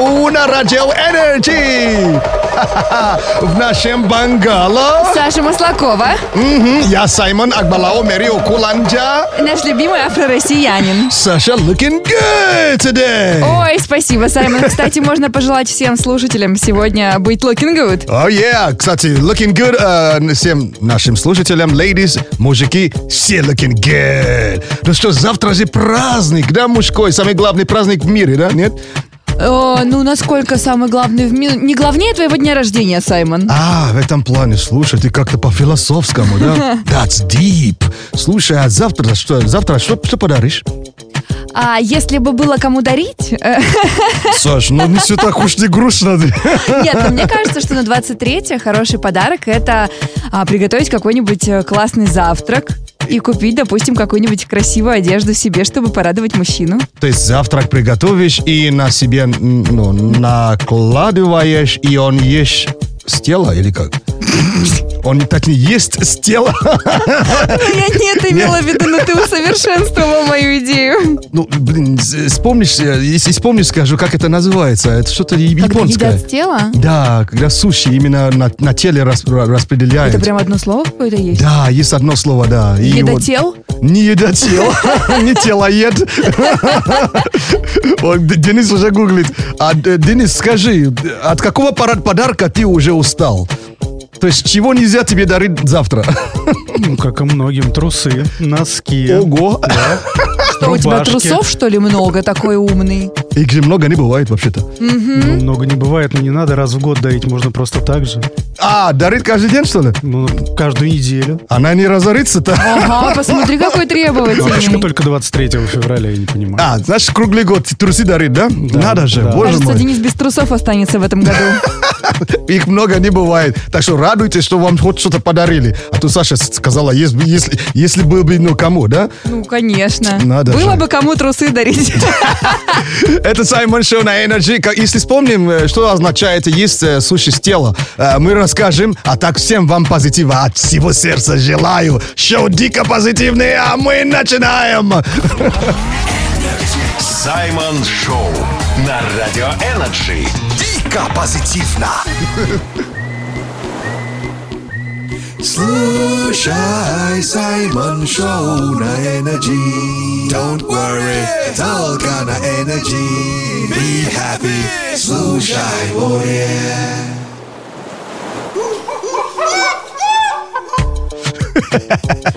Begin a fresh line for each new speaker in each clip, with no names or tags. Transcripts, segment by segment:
Una Radio Energy! В нашем Бангало
Саша Маслакова,
Мгм, я Саймон Акбалао Мэрио Куланджа.
наш любимый афро-россиянин.
Саша looking good today!
Ой, спасибо, Саймон. Кстати, можно пожелать всем слушателям сегодня быть looking good.
Oh yeah! Кстати, looking good э, всем нашим слушателям, ladies, мужики, все looking good. Ну что, завтра же праздник, да, мужской? Самый главный праздник в мире, да, нет?
О, ну, насколько самый главный в мире... Не главнее твоего дня рождения, Саймон.
А, в этом плане, слушай, ты как-то по-философскому, да? That's deep. Слушай, а завтра что, завтра что, что подаришь?
А если бы было кому дарить... э,
Саш, ну не все так уж не грустно.
Нет, но мне кажется, что на 23-е хороший подарок — это а, приготовить какой-нибудь э, классный завтрак и купить, допустим, какую-нибудь красивую одежду себе, чтобы порадовать мужчину.
То есть завтрак приготовишь и на себе м, ну, накладываешь, и он ешь с тела или как? Он так не ест с тела.
Ну, Я нет имела в виду, но ты усовершенствовал мою идею.
Ну, блин, с- вспомнишь, э, если вспомнишь, скажу, как это называется. Это что-то японское.
едят тело?
Да, когда суши именно на, на теле рас- ра- распределяют.
Это прям одно слово какое-то есть?
Да, есть одно слово, да. И вот-
Едотел?
Не едотел, не телоед. Вот Д- Денис уже гуглит. А, э, Денис, скажи, от какого пора- подарка ты уже устал? То есть чего нельзя тебе дарить завтра?
Ну, как и многим, трусы, носки.
Ого!
Что, у тебя
рубашки.
трусов, что ли, много? Такой умный.
Их же много не бывает вообще-то.
Ну, много не бывает, но не надо раз в год дарить, можно просто так же.
А, дарит каждый день, что ли?
Ну, каждую неделю.
Она не разорится-то.
Ага, посмотри, какой
Ну, а почему
требовательный.
только 23 февраля, я не понимаю.
А, значит, круглый год трусы дарит, да? Надо же,
да.
боже
Кажется,
мой.
Денис без трусов останется в этом году.
Их много не бывает. Так что радуйтесь, что вам хоть что-то подарили. А то Саша сказала, если, если, если был бы, ну, кому, да?
Ну, конечно.
Надо
Было
же.
бы кому трусы дарить.
Это Саймон Шоу на Energy. Как- Если вспомним, э, что означает есть э, суши с тела, э, мы расскажем. А так всем вам позитива от всего сердца желаю. Шоу дико позитивное, а мы начинаем.
Саймон Шоу на Радио Энерджи. Дико позитивно. Слушай Саймон Шоу на Энерджи. Don't worry, только на Энерджи. Be happy, слушай море.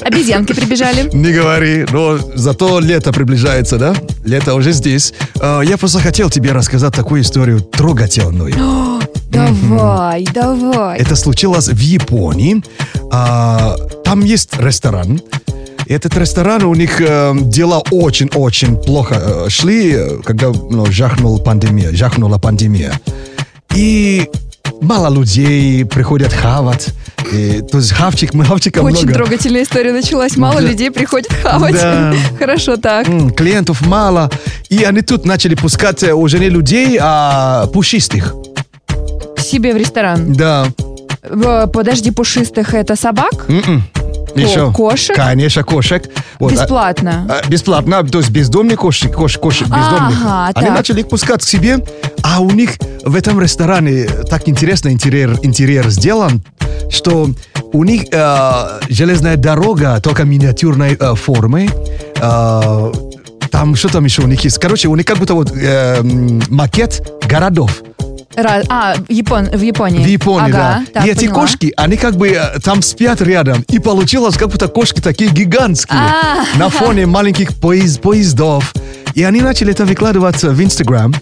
Обезьянки прибежали.
Не говори, но зато лето приближается, да? Лето уже здесь. Э, Я просто хотел тебе рассказать такую историю трогательную.
Давай, давай.
Это случилось в Японии. А, там есть ресторан. Этот ресторан, у них э, дела очень-очень плохо э, шли, э, когда ну, жахнула пандемия, жахнула пандемия. И мало людей приходят хавать. И, то есть хавчик, хавчика
Очень
много.
трогательная история началась.
Да.
Мало людей приходит хавать.
Да.
Хорошо так.
М, клиентов мало. И они тут начали пускать э, уже не людей, а пушистых.
К себе в ресторан.
Да.
В- Подожди, пушистых это собак?
М-м. Еще.
кошек?
Конечно, кошек. Вот, а-
Бесплатно.
А, Бесплатно, то есть бездомные кошки, кош- кошек бездомных.
Ага,
Они
так.
начали их пускать к себе, а у них в этом ресторане так интересно интерьер, интерьер сделан, что у них э, железная дорога только миниатюрной э, формы. Э, там что там еще у них есть? Короче, у них как будто вот э, м, макет городов.
Ра- А, Япон- в Японии.
В Японии,
Ага,
да.
так,
и эти
поняла.
кошки, они как бы э, там спят рядом. И получилось, как будто кошки такие гигантские.
А.
На фоне маленьких поез- поездов. И они начали это выкладывать э, в Инстаграм.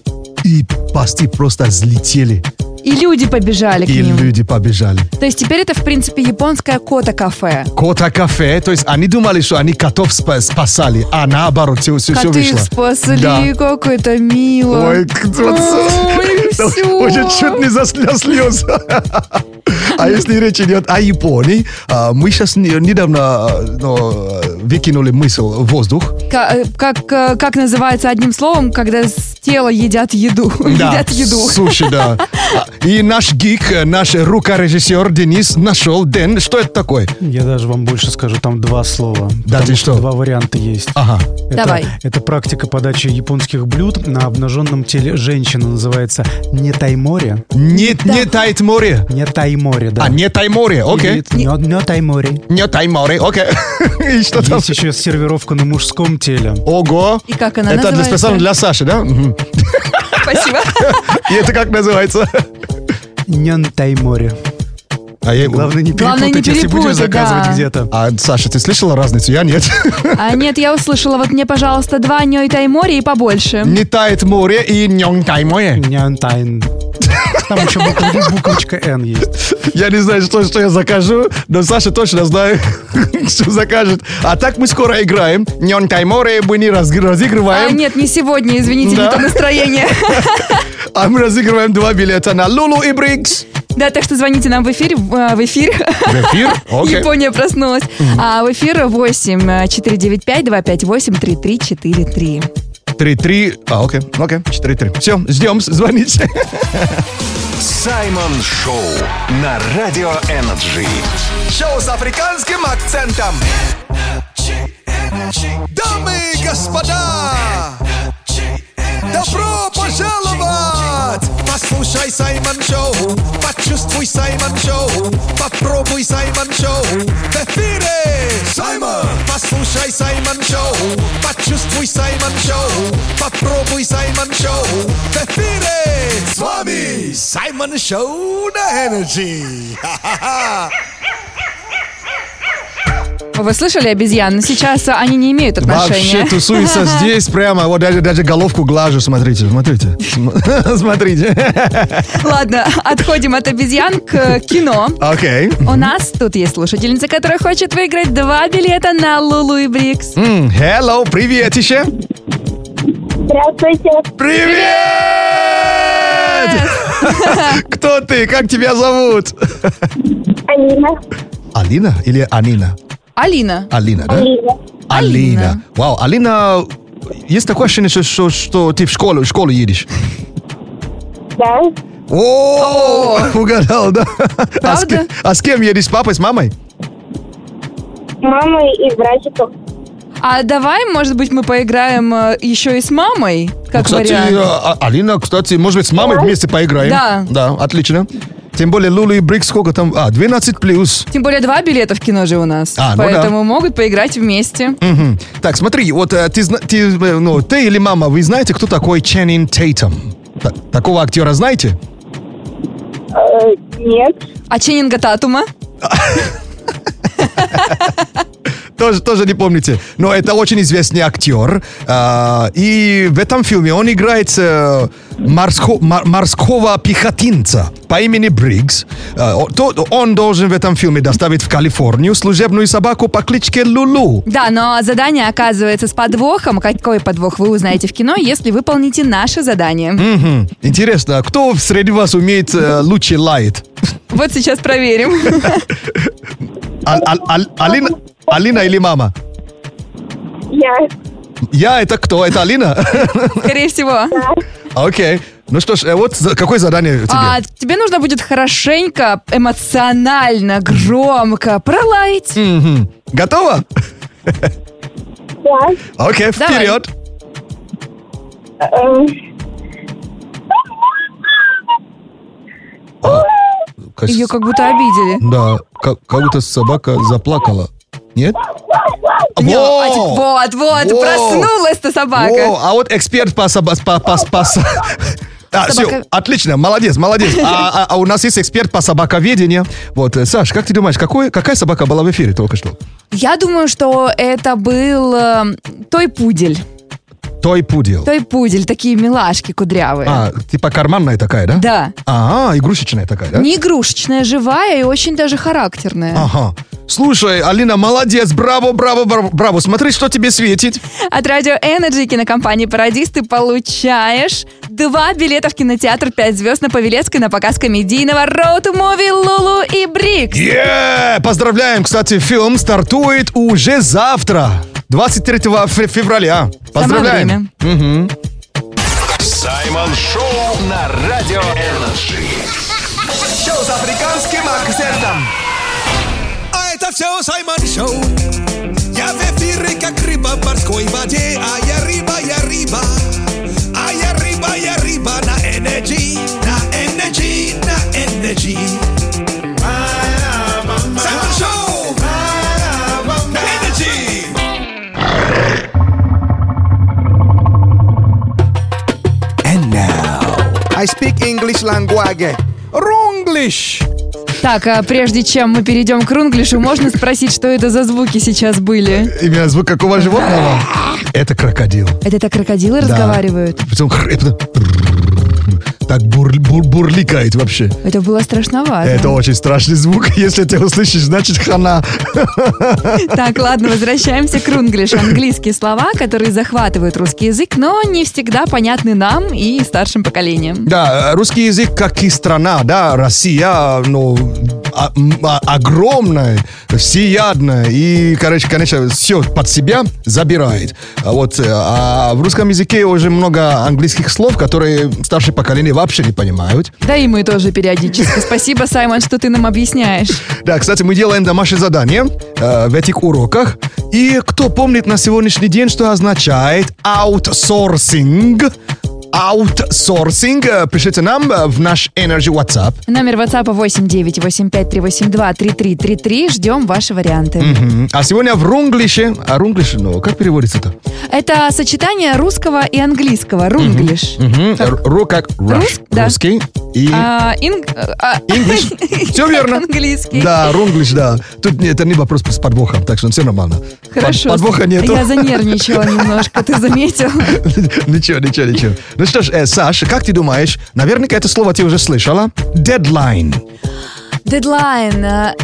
И посты просто взлетели.
И люди побежали
И
к ним.
люди побежали.
То есть теперь это, в принципе, японское кота-кафе.
Кота кафе. То есть они думали, что они котов спа- спасали. А наоборот, все, все,
Коты их
вышло.
спасли,
Да.
как это мило.
Ой, к- вот с-
Ой,
Да,
всё.
Уже чуть не засля слез. А если речь идет о Японии, а, мы сейчас недавно а, ну, э, выкинули мысль в воздух.
Ка- э, Как, э, как называется одним словом, когда с тела едят еду?
Да,
едят еду.
Суши, да. А, И наш гик, э, наш рукорежиссер Денис нашел Дэн. Что это такое?
Я даже вам больше скажу, там два слова.
Да
Потому
ты что?
Два варианта есть.
Ага.
Это-
Давай.
Это практика подачи японских блюд на обнаженном теле женщины. Называется не тайморе.
Нет, не Тайморе.
Не тайморе, да.
А, не Тайморе, окей.
Или Не, не тайморе.
Не Тайморе, окей. И что там?
Есть еще сервировка на мужском теле.
Ого.
И как она
Это для
называется?
специально для Саши, да? Мгм.
Спасибо.
И это как называется?
Нян тайморе.
А я-
Главное не перепутать,
Главное, не
если будешь
перепутать,
заказывать
да.
где-то.
А, Саша, ты слышала разницу? Я нет.
А нет, я услышала, вот мне, пожалуйста, два нёй таймори и побольше.
Не тает море и нён таймое.
Нян тайн. Там еще буква- буквочка Н есть.
Я не знаю, что, что я закажу, но Саша точно знает, что закажет. А так мы скоро играем. Нён тайморе мы не разг-
А
разыгрываем,
нет, не сегодня, извините,
Да.
не то настроение.
а мы разыгрываем два билета на Лулу и Брикс.
Да, так что звоните нам в эфир. В э, в эфир.
В эфир? Окей.
Япония проснулась. А в эфир э, 8 495 258 3343.
3-3. А, окей, окей, 4-3. Все, ждем, звоните.
Саймон Шоу на Радио Энерджи.
Шоу с африканским акцентом. Дамы и господа, добро пожаловать! Послушай Саймон Шоу, почувствуй Саймон Шоу, попробуй Саймон Шоу. В эфире Саймон! Послушай Саймон Шоу, почувствуй Саймон Шоу, попробуй Саймон Шоу. В эфире с вами Саймон Шоу на Энерджи. Ха-ха-ха!
Вы слышали обезьян? Сейчас а, они не имеют
Вообще
отношения.
тусуется здесь прямо, вот даже, даже головку глажу, смотрите, смотрите, См- смотрите.
Ладно, отходим от обезьян к э, кино.
Окей.
У нас тут есть слушательница, которая хочет выиграть два билета на Лулу и Брикс.
М, Hello, приветище.
Здравствуйте,
Привет! Кто ты? Как тебя зовут?
Алина.
Алина или Анина?
Алина.
Алина, да?
Алина.
Алина. Вау, Алина, есть такое ощущение, что, что, что ты в школу, в школу едешь.
Да,
О, угадал, да? А с,
Правда?
кем, а с кем едешь? С папой, с мамой?
мама и братиком.
А давай, может быть, мы поиграем э, еще и с мамой, как
Ну, кстати,
вариант.
а- Алина, кстати, может быть, с мамой вместе поиграем.
Да.
Да, отлично. Тем более Лули и Брик сколько там? А, 12 плюс.
Тем более два билета в кино же у нас.
А, ну да.
поэтому могут поиграть вместе.
Мгм. Так, смотри, вот э, ты, зна- ты, э, ну, ты или мама, вы знаете, кто такой Ченнин Тейтом? Та- такого актера знаете?
Э, нет.
А Ченнинга Татума?
Тоже, тоже не помните. Но это очень известный актер. А, и в этом фильме он играет э, морско- мор- морского пехотинца по имени Бриггс. А, о- то- он должен в этом фильме доставить в Калифорнию служебную собаку по кличке Лулу.
Да, но задание оказывается с подвохом. Какой подвох вы узнаете в кино, если выполните наше задание?
Мгм. Интересно, а кто среди вас умеет э, лучше лаять?
Вот сейчас проверим.
А- а- а- Алина, Алина или мама?
Я.
Я это кто? Это Алина?
Скорее всего.
Окей. Ну что ж, э, вот за- какое задание тебе?
А, тебе нужно будет хорошенько, эмоционально, громко пролаять.
Мгм. Готова?
Да.
Окей,
Давай.
вперед.
Э,
Кажется,
Ее как будто обидели.
Да, как, как будто собака заплакала. Нет?
Не,
Во!
а те- вот, вот,
Во!
проснулась-то собака.
Во, а вот эксперт по собаке...
Собака-
отлично, молодец, молодец. А, а- а у нас есть эксперт по собаковедению. Вот, э, Саш, как ты думаешь, какой, какая собака была в эфире только что?
Я думаю, что это был э, той пудель.
Той пудел.
Той пудель, такие милашки кудрявые.
А, типа карманная такая, да?
Да.
А, игрушечная такая, да?
Не игрушечная, живая и очень даже характерная.
Ага. Слушай, Алина, молодец, браво, браво, браво, браво. Смотри, что тебе светит.
От радио Energy и кинокомпании «Парадис» ты получаешь два билета в кинотеатр «Пять звезд» на Павелецкой на показ комедийного роуд-муви «Лулу и Брикс».
Е! Поздравляем, кстати, фильм стартует уже завтра, 23 фе- февраля. Поздравляем. Мгм.
Саймон Шоу на Радио Энерджи.
африканским акцентом. А это все Саймон Шоу. Я в эфире, как рыба в морской воде. А я рыба, я рыба. А я рыба, я рыба на энергии, на энергии, на энергии. Саймон Шоу! На энергии!
And now, I speak English language. Wronglish.
Так, а прежде чем мы перейдем к рунглишу, можно спросить, что это за звуки сейчас были?
Именно звук какого животного? Это крокодил.
Это так крокодилы
Да.
разговаривают?
Причем хрипло. Так бур- бур- бурликает вообще.
Это было страшновато.
Это очень страшный звук. Если ты услышишь, значит хана.
Так, ладно, возвращаемся к рунглиш. Английские слова, которые захватывают русский язык, но не всегда понятны нам и старшим поколениям.
Да, русский язык, как и страна, да, Россия, ну, а- м- а- огромная, всеядная, и, короче, конечно, все под себя забирает. А Вот, э, а в русском языке уже много английских слов, которые старшее поколение вообще не понимают.
Да и мы тоже периодически. Спасибо, Саймон, что ты нам объясняешь.
Да, кстати, мы делаем домашнее задание э, в этих уроках. И кто помнит на сегодняшний день, что означает аутсорсинг, аутсорсинг, э, пишите нам э, в наш Energy WhatsApp.
Номер WhatsApp 89853823333. Ждем ваши варианты.
Мгм. А сегодня в Рунглише... А Рунглиш, ну, как переводится-то?
Это сочетание русского и английского. Рунглиш.
Мгм. Р- Ру как
Рус-
rush,
да.
русский. И...
А, инг- а,
English. Все
как
верно.
Английский.
Да, рунглиш, да. Тут не- это не вопрос с подвохом, так что все нормально. Под-
Хорошо.
подвоха нету.
Я занервничала немножко, ты заметил?
Ничего, ничего, ничего. Ну что ж, э, Саш, как ты думаешь, наверняка это слово ты уже слышала? Дедлайн.
Дедлайн. э,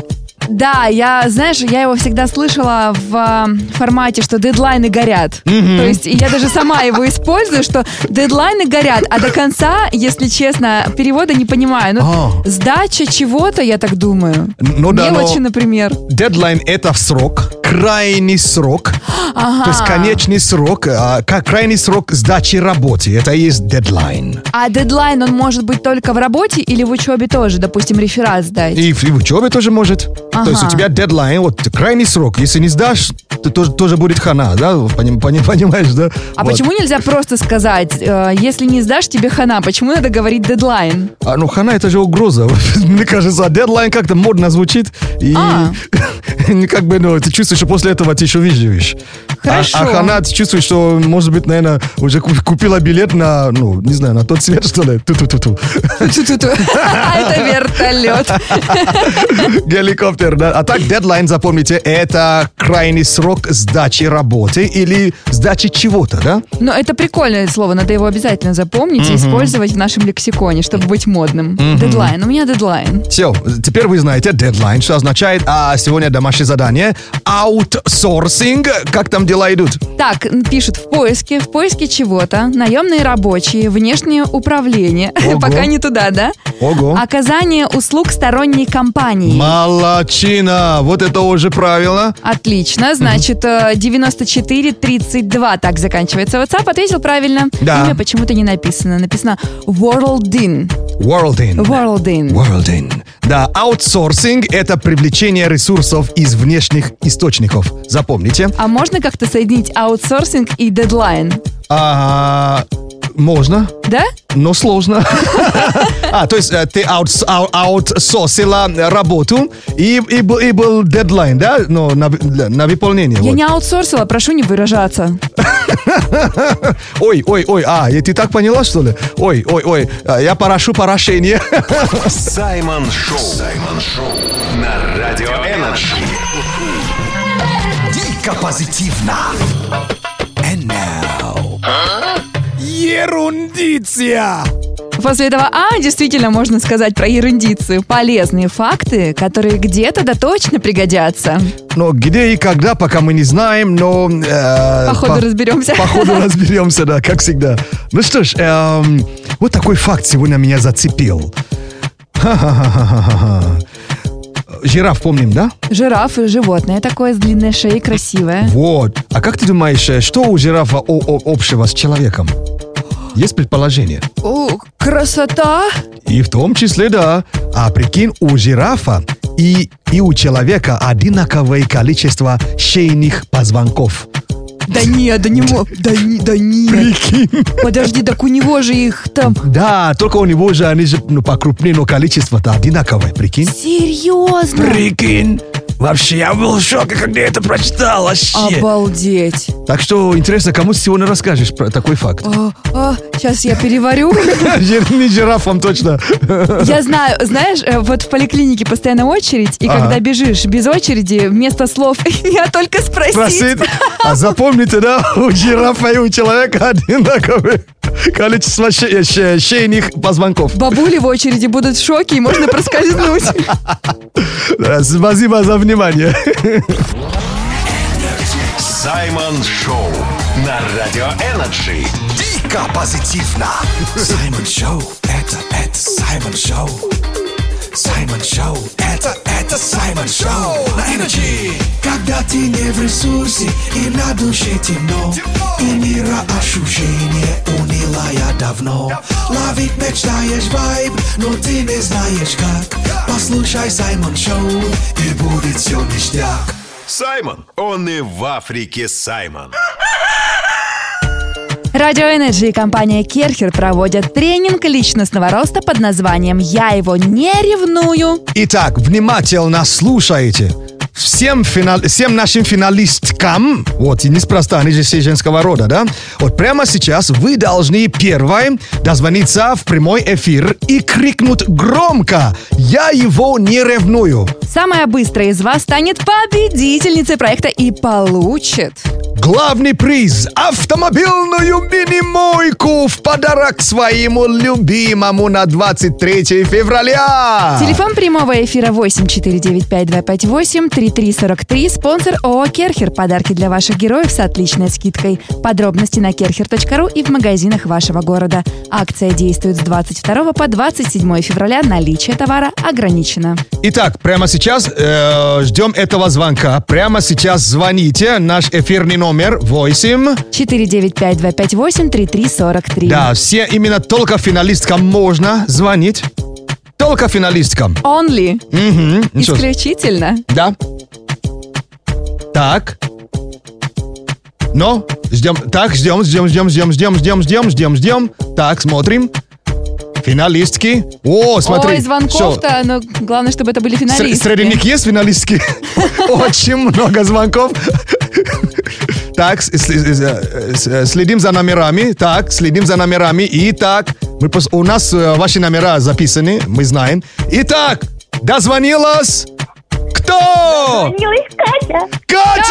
Да, я, знаешь, я его всегда слышала в э, формате, что дедлайны горят. То есть и я даже сама его использую, что дедлайны горят, а до конца, если честно, перевода не понимаю. Ну,
А.
сдача чего-то, я так думаю.
Ну да, но-
Мелочи, например.
Дедлайн — это срок, крайний срок,
Ага.
то есть конечный срок, а, ка- крайний срок сдачи работы. Это и есть дедлайн.
А дедлайн, он может быть только в работе или в учебе тоже, допустим, реферат сдать?
И в и в учебе тоже может. То есть у
Ага.
тебя дедлайн, вот крайний срок. Если не сдашь, то тоже, тоже будет хана, да? Поним- пони- понимаешь, да?
А
Вот.
почему нельзя просто сказать, э, если не сдашь, тебе хана? Почему надо говорить дедлайн?
А, ну, хана это же угроза. Мне кажется, а дедлайн как-то модно звучит. И
А.
и как бы, ну, ты чувствуешь, что после этого ты еще выживешь. А-
Хорошо.
А, хана, ты чувствуешь, что, может быть, наверное, уже куп- купила билет на, ну, не знаю, на тот свет, что ли. Ту-ту-ту-ту.
Ту-ту-ту. А Это вертолет.
Геликоптер, да. А так, дедлайн, запомните, это крайний срок сдачи работы или сдачи чего-то, да?
Но это прикольное слово, надо его обязательно запомнить и использовать в нашем лексиконе, чтобы быть модным. Дедлайн. У меня дедлайн.
Все, теперь вы знаете дедлайн, что означает, а сегодня домашнее задание. Аутсорсинг, как там дела идут?
Так, м, пишут в поиске, в поиске чего-то, наемные рабочие, внешнее управление.
Ого.
Пока не туда, да?
Ого.
А Оказание услуг сторонней компании.
Молодчина, вот это уже правильно.
Отлично, значит, э, 9432, так заканчивается WhatsApp, ответил правильно.
Да.
Имя почему-то не написано, написано Worldin.
World in.
Worldin.
World in. Да, аутсорсинг – это привлечение ресурсов из внешних источников. Запомните.
А можно как-то соединить аутсорсинг и дедлайн?
А, можно,
Да?
но сложно. А, то есть э, ты аутс- ау- аутсорсила работу, и, и был, и был дедлайн, да? Но на, для- на выполнение.
Я
вот.
не аутсорсила, прошу не выражаться.
Ой, ой, ой, а, и ты так поняла, что ли? Ой, ой, ой, а, я порошу порошение.
Саймон Шоу. Саймон Шоу. На Радио Энерджи.
Дико позитивно. And now. Ерундиция.
После этого «а» действительно можно сказать про ерундицию. Полезные факты, которые где-то да точно пригодятся.
Но где и когда, пока мы не знаем, но... э,
По ходу разберемся.
По ходу разберемся, да, как всегда. Ну что ж, эм, вот такой факт сегодня меня зацепил. Ха-ха-ха-ха-ха-ха. Жираф помним, да?
Жираф – животное такое с длинной шеей, красивое.
Вот. А как ты думаешь, э, что у жирафа о- о- общего с человеком? Есть предположение.
О, красота!
И в том числе, да. А прикинь, у жирафа и, и у человека одинаковое количество шейных позвонков.
Да нет, да не мог. Да, не- да нет.
Прикинь.
Подожди, так у него же их там...
Да, только у него же они же ну, покрупнее, но количество-то одинаковое, прикинь.
Серьезно?
Прикинь. Вообще, я был в шоке, когда это прочитал, вообще.
Обалдеть.
Так что, интересно, кому ты сегодня расскажешь про такой факт?
сейчас А, я переварю.
Жир- Не жирафом точно.
Я знаю, знаешь, э, вот в поликлинике постоянно очередь, и
Ага.
когда бежишь без очереди, вместо слов я только спросить.
Просит. А запомните, да, у жирафа и у человека одинаковое количество ше- ше- шейных позвонков.
Бабули в очереди будут в шоке, и можно проскользнуть.
Э, Спасибо за внимание.
Саймон Шоу на Радио Энерджи.
Дико позитивно. Саймон Шоу, это, это Саймон Шоу. Саймон Шоу, это, это Саймон Шоу. На Energy. Когда ты не в ресурсе и на душе темно, и мира ощущение унилая давно. Ловить мечтаешь вайб, но ты не знаешь как. Послушай Саймон Шоу, и будет все ништяк.
Саймон. Он и в Африке Саймон.
Радио Energy и компания Керхер проводят тренинг личностного роста под названием «Я его не ревную».
Итак, внимательно слушайте. Всем, финал- всем нашим финалисткам, вот, и неспроста, они же все женского рода, да? Вот прямо сейчас вы должны первой дозвониться в прямой эфир и крикнуть громко «Я его не ревную».
Самая быстрая из вас станет победительницей проекта и получит...
Главный приз – автомобильную мини-мойку в подарок своему любимому на 23 февраля.
Телефон прямого эфира 8495258-3343. Спонсор ООО «Керхер». Подарки для ваших героев с отличной скидкой. Подробности на керхер.ру и в магазинах вашего города. Акция действует с 22 по 27 февраля. Наличие товара ограничено.
Итак, прямо сейчас э, ждем этого звонка. Прямо сейчас звоните. Наш эфирный номер 8.
495-258-3343.
Да, все именно только финалисткам можно звонить. Только финалисткам.
Only.
Мгм. Ну что ж,
Исключительно.
Да. Так. Но ждем. Так, ждем, ждем, ждем, ждем, ждем, ждем, ждем, ждем, ждем. Так, смотрим. Финалистки. О, смотри.
Ой,
Всё.
звонков-то, но главное, чтобы это были
Сре-
финалисты.
Среди них есть финалистки? Очень много звонков. Так, с- с- э, с- следим за номерами. Так, следим за номерами. Итак, мы просто- у нас э, ваши номера записаны, мы знаем. Итак, дозвонилась кто?
Милась Катя.
Катя!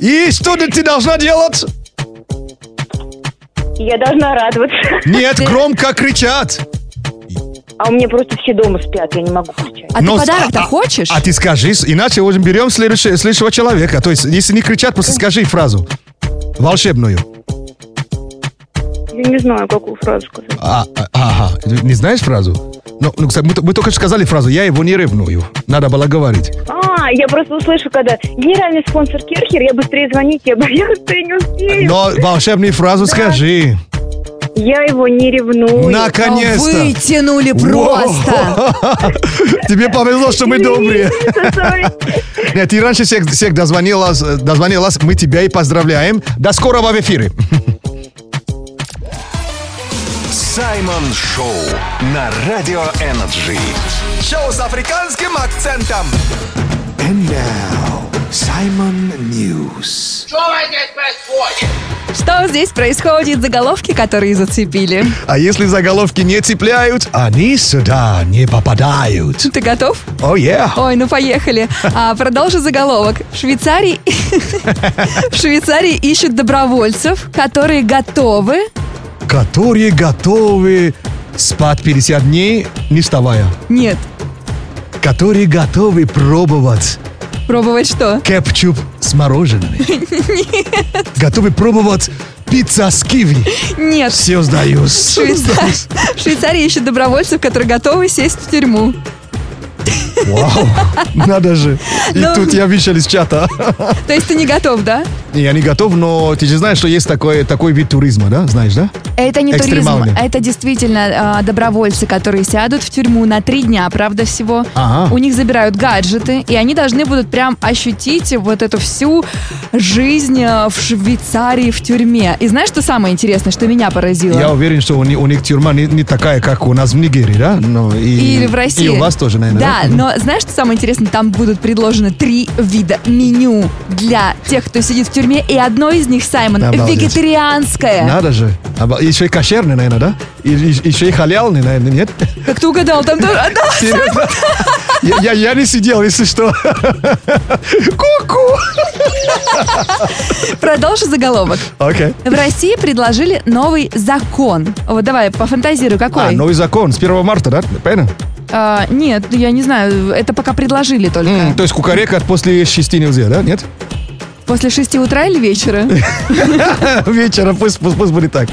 И что ты должна делать?
Я должна радоваться.
Нет, громко кричат.
А у меня просто все дома спят, я не могу кричать.
А
Но-
ты подарок-то
а- а-
хочешь?
А ты скажи, иначе вот берем следующего, следующего человека. То есть, если не кричат, просто скажи фразу волшебную.
А, Я не знаю, какую фразу сказать.
А, а- ага, не знаешь фразу? Ну, ну, кстати, мы, т- мы только что сказали фразу «я его не ревную». Надо было говорить.
А, я просто услышу, когда генеральный спонсор Керхер, я быстрее звонить, я боялась, что я не успею.
Но волшебную фразу скажи.
Я его не ревную.
Наконец-то!
Вытянули просто.
Тебе повезло, что мы добрые.
Sorry.
Нет, ты раньше всех, всех дозвонилась, э, дозвонилась. Мы тебя и поздравляем. До скорого в эфире.
Саймон Шоу на Радио Энерджи.
Шоу с африканским акцентом.
Что здесь происходит? Заголовки, которые зацепили.
А если заголовки не цепляют, они сюда не попадают.
Ты готов?
О, yeah.
Ой, ну поехали. А, продолжу заголовок. В Швейцарии... В Швейцарии ищут добровольцев, которые готовы,
Которые готовы спать 50 дней, не вставая.
нет,
Которые готовы пробовать
пробовать что?
кетчуп с мороженым. Готовы пробовать пицца с киви.
Нет.
Все сдаюсь.
В Швейцарии ищут добровольцев, которые готовы сесть в тюрьму.
Вау, надо же. И
Ну.
тут я вышел из чата.
То есть ты не готов, да?
Я не готов, но ты же знаешь, что есть такой, такой вид туризма, да? Знаешь, да?
Это не туризм,
Экстремальный.
это действительно э, добровольцы, которые сядут в тюрьму на три дня, правда, всего.
Ага.
У них забирают гаджеты, и они должны будут прям ощутить вот эту всю жизнь э, в Швейцарии в тюрьме. И знаешь, что самое интересное, что меня поразило?
Я уверен, что у них, у них тюрьма не, не такая, как у нас в Нигерии, да? Но и,
Или в России.
И у вас тоже, наверное.
Да, но знаешь, что самое интересное? Там будут предложены три вида меню для тех, кто сидит в тюрьме, и одно из них, Саймон,
Обалдеть.
вегетарианское.
Надо же. Оба- Еще и кошерный, наверное, да? И- и- еще и халяльный, наверное, нет?
Как ты угадал? Там тоже... Да,
Серьезно? Я, я- я не сидел, если что. Ку-ку.
Продолжи заголовок.
Окей.
В России предложили новый закон. Вот давай, пофантазируй, какой?
А, новый закон с 1 марта, да? Правильно?
А, нет, я не знаю, это пока предложили только.
М, То есть кукарекать после 6 нельзя, да? Нет?
После шести утра или вечера?
Вечера пусть, пусть, пусть будет так.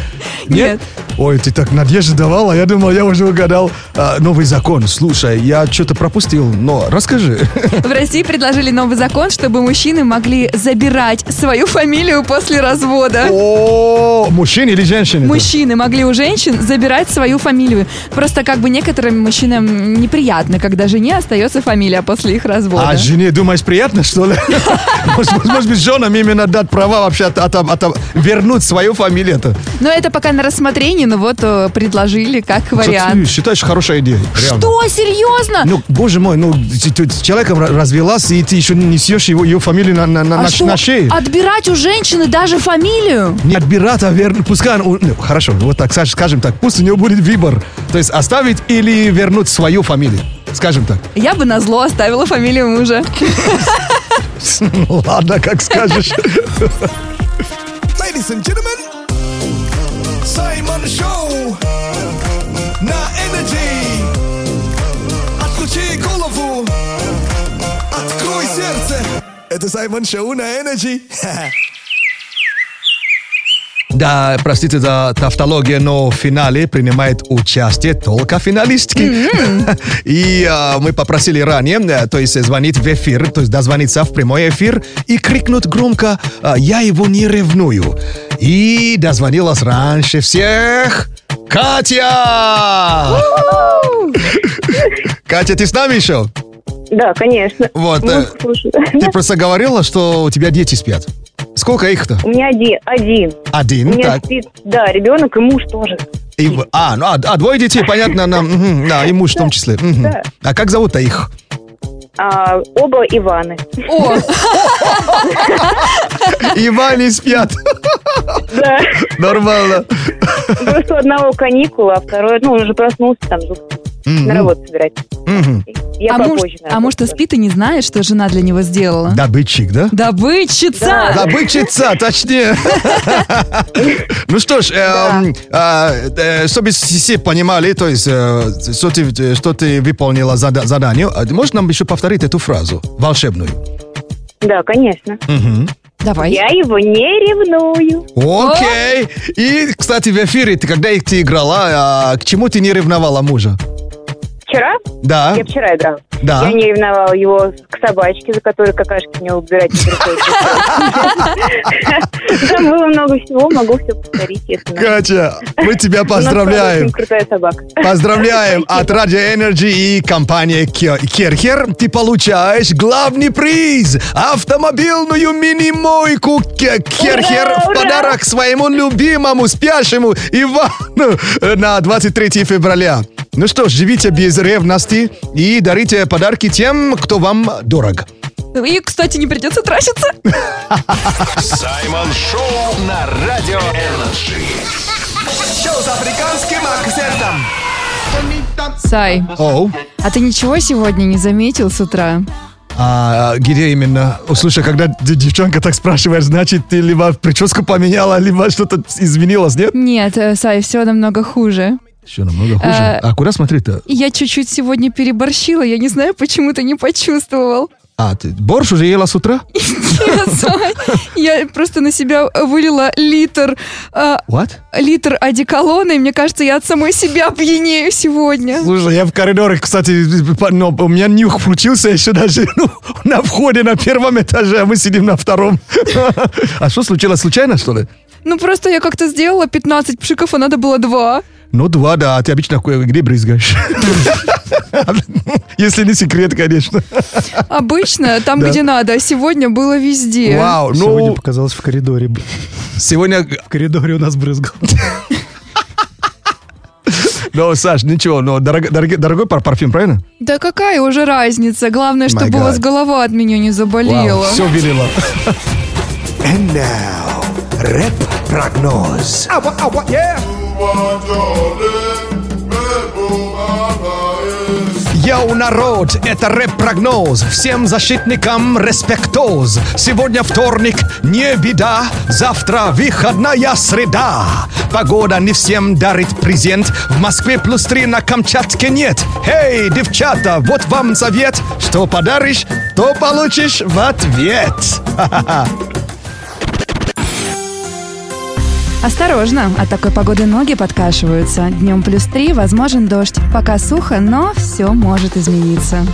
Нет.
Ой, ты так надежды давала, я думал, я уже угадал. А, новый закон, слушай, я что-то пропустил, но расскажи.
В России предложили новый закон, чтобы мужчины могли забирать свою фамилию после развода.
О, мужчины или женщины?
мужчины могли у женщин забирать свою фамилию. Просто как бы некоторым мужчинам неприятно, когда жене остается фамилия после их развода.
А жене, думаешь, приятно, что ли? Может быть, может быть, женам именно дать права вообще от- от- от- вернуть свою фамилию-то.
Но это пока на рассмотрении, но вот э, предложили как вариант.
Ты считаешь, хорошая идея? реально.
Что, серьезно?
Ну, боже мой, ну, ты- ты с человеком ра- развелась, и ты еще несешь его, ее фамилию на, на, на,
а
на-
что,
на шее.
отбирать у женщины даже фамилию?
Не отбирать, а вернуть. Пускай, он- ну, хорошо, вот так, Саш, скажем так, пусть у него будет выбор. То есть оставить или вернуть свою фамилию. Скажем так.
Я бы на зло оставила фамилию мужа.
Ну, ладно, как скажешь.
Ladies and gentlemen, Саймон Шоу на Energy. Отключи голову, открой сердце. Это Саймон Шоу на Energy.
Да, простите за тавтологию, но в финале принимает участие только финалистки. И а, мы попросили ранее, э, то есть звонить в эфир, то есть дозвониться в прямой эфир и крикнуть громко а, «Я его не ревную». И дозвонилась раньше всех Катя! Катя, ты с нами еще?
Да, конечно.
Вот,
Ну,
э,
слушай,
Ты просто говорила, что у тебя дети спят. Сколько их-то?
У меня оди- один. У
Один,
меня
так.
спит, да, ребенок и муж тоже.
И в- а, ну, а, а, двое детей, понятно, нам, мгм, да, и муж в том числе. мгм.
да.
А как зовут-то их?
А, оба Иваны.
О,
Иван и спят.
Да.
Нормально.
Просто у одного каникулы, а второй, ну, он уже проснулся, там, зуб на работу собирать.
Мгм.
Я
а муж,
попозже. на
а
работу
муж-то
тоже.
спит и не знает, что жена для него сделала.
Добытчик, да?
Добытчица!
Да.
Добытчица, точнее. Ну что ж, эм, э, э, чтобы все понимали, то есть, э, что ты, что ты выполнила зада- задание, а ты можешь нам еще повторить эту фразу волшебную?
Да, конечно.
Мгм.
Давай.
Я его не ревную.
Окей. И, кстати, в эфире, ты, когда их ты играла, а, к чему ты не ревновала мужа?
Вчера?
Да,
Я вчера играла.
А. да.
Я не ревновала его к собачке, за которой какашки мне убирать не приходится. Там было много всего, могу все повторить, если надо.
Катя, мы тебя
У нас правда
поздравляем.
очень крутая собака.
Поздравляем от Radio Energy и компании Ке- Керхер. Ты получаешь главный приз – автомобильную мини-мойку Ке- Керхер
Ура,
в
ура!
подарок своему любимому спящему Ивану на 23 февраля. Ну что ж, живите без ревности и дарите подарки тем, кто вам дорог.
И, кстати, не придется тратиться.
Саймон Шоу на Радио Энерджи.
Шоу с африканским акцентом.
Сай,
Оу.
а ты ничего сегодня не заметил с утра?
А, где именно? О, Слушай, когда д- девчонка так спрашивает, значит, ты либо прическу поменяла, либо что-то изменилось, нет?
Нет, э, Сай, все намного хуже.
Еще намного хуже.
Э,
а куда смотреть-то?
Я чуть-чуть сегодня переборщила, я не знаю, почему ты не почувствовал.
А, ты борщ уже ела с утра?
Я знаю. Я просто на себя вылила литр, э,
What?
литр одеколона, и мне кажется, я от самой себя пьянею сегодня.
Слушай, я в коридоре, кстати, по- но у меня нюх включился еще даже ну, на входе на первом этаже, а мы сидим на втором. А что случилось? Случайно, что ли?
Ну, просто я как-то сделала 15 пшиков, а надо было два.
Ну, два, да. А ты обычно кое- где брызгаешь? Если не секрет, конечно.
Обычно там,
Да.
где надо, а сегодня было везде.
Вау,
Сегодня
ну,
показалось в коридоре. б-
сегодня...
В коридоре у нас брызгал.
Ну, Саш, ничего, но дорого- дорого- дорогой пар- парфюм, правильно?
Да какая уже разница? Главное, чтобы у вас
God.
голова от меня не заболела.
все велела.
And now, рэп прогноз.
Йоу, народ, это рэп-прогноз Всем защитникам респектоз Сегодня вторник, не беда Завтра выходная среда Погода не всем дарит презент В Москве плюс три, на Камчатке нет Эй, девчата, вот вам совет Что подаришь, то получишь в ответ
Осторожно, от такой погоды ноги подкашиваются. Днем плюс 3, возможен дождь. Пока сухо, но все может измениться.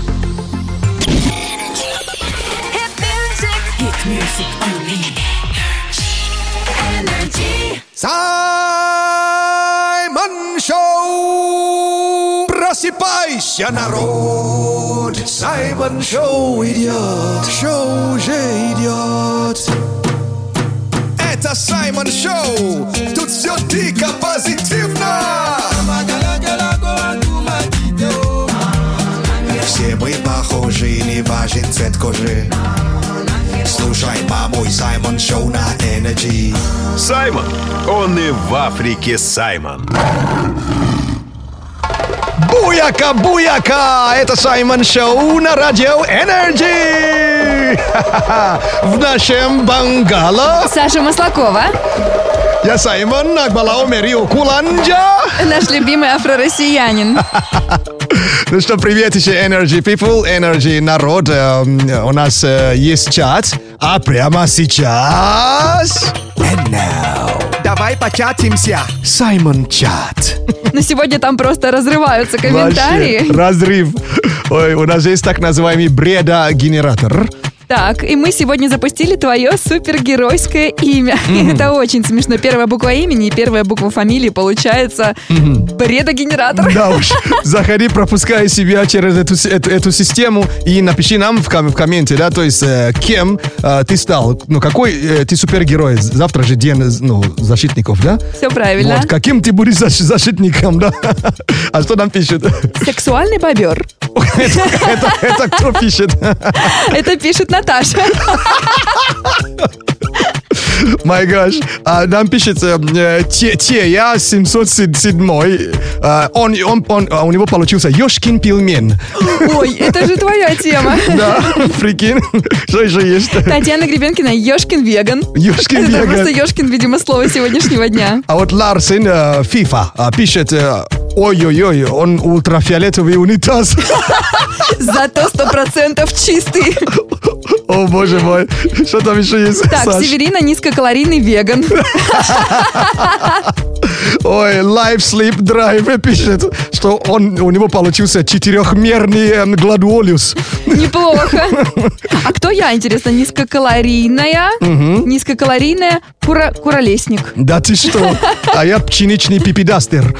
Саймон Шоу! Просыпайся, народ! Саймон Шоу идет! Шоу уже идет! Это Саймон Шоу! Тут все дико позитивно! Все мы похожи, не важен цвет кожи Слушай, мамой Саймон Шоу на Energy
Саймон. Он и в Африке Саймон.
Буяка, буяка! Это Саймон Шоу на радио Energy! В нашем Бангало
Саша Маслакова,
Я Саймон, Акбалау, Мерио, Куланджа.
наш любимый афророссиянин.
Ну что, привет еще Energy People, Energy народ. Эм, У нас э, есть чат, а прямо сейчас...
And now, давай початимся.
Саймон чат.
Но сегодня там просто разрываются комментарии.
Вообще, разрыв. Ой, у нас есть так называемый бреда-генератор.
Так, и мы сегодня запустили твое супергеройское имя. И это очень смешно. Первая буква имени и первая буква фамилии получается бредогенератор.
Да уж, заходи, пропускай себя через эту, си- эту, эту систему и напиши нам в, ком- в комменте, да, то есть э, кем э, ты стал, ну какой э, ты супергерой, завтра же день э, ну, защитников, да?
Все правильно.
Вот, каким ты будешь защ- защитником, да? А что нам пишет?
Сексуальный бобер.
Это, это- это кто пишет?
Это пишет Наташа.
My gosh. А, нам пишет э, э, те, те, я 707 Э, он, он, он- а, у него получился Ёшкин пельмен.
Ой, это же твоя тема.
Да, прикинь. Что еще есть?
Татьяна Гребенкина, Ёшкин веган.
Ёшкин
Это
веган.
просто Ёшкин, видимо, слово сегодняшнего дня.
А вот Ларсен э, Фифа э, пишет, э, ой-ой-ой, он ультрафиолетовый унитаз.
Зато сто процентов чистый.
О, боже мой. Что там еще есть?
Так,
Саш?
Северина низкокалорийный веган.
Ой, Life Sleep Drive э, пишет, что он, у него получился четырехмерный эм, гладуолюс.
Неплохо. А кто я, интересно? Низкокалорийная. Низкокалорийная кура- куролесник.
Да ты что? А я пченичный пипидастер.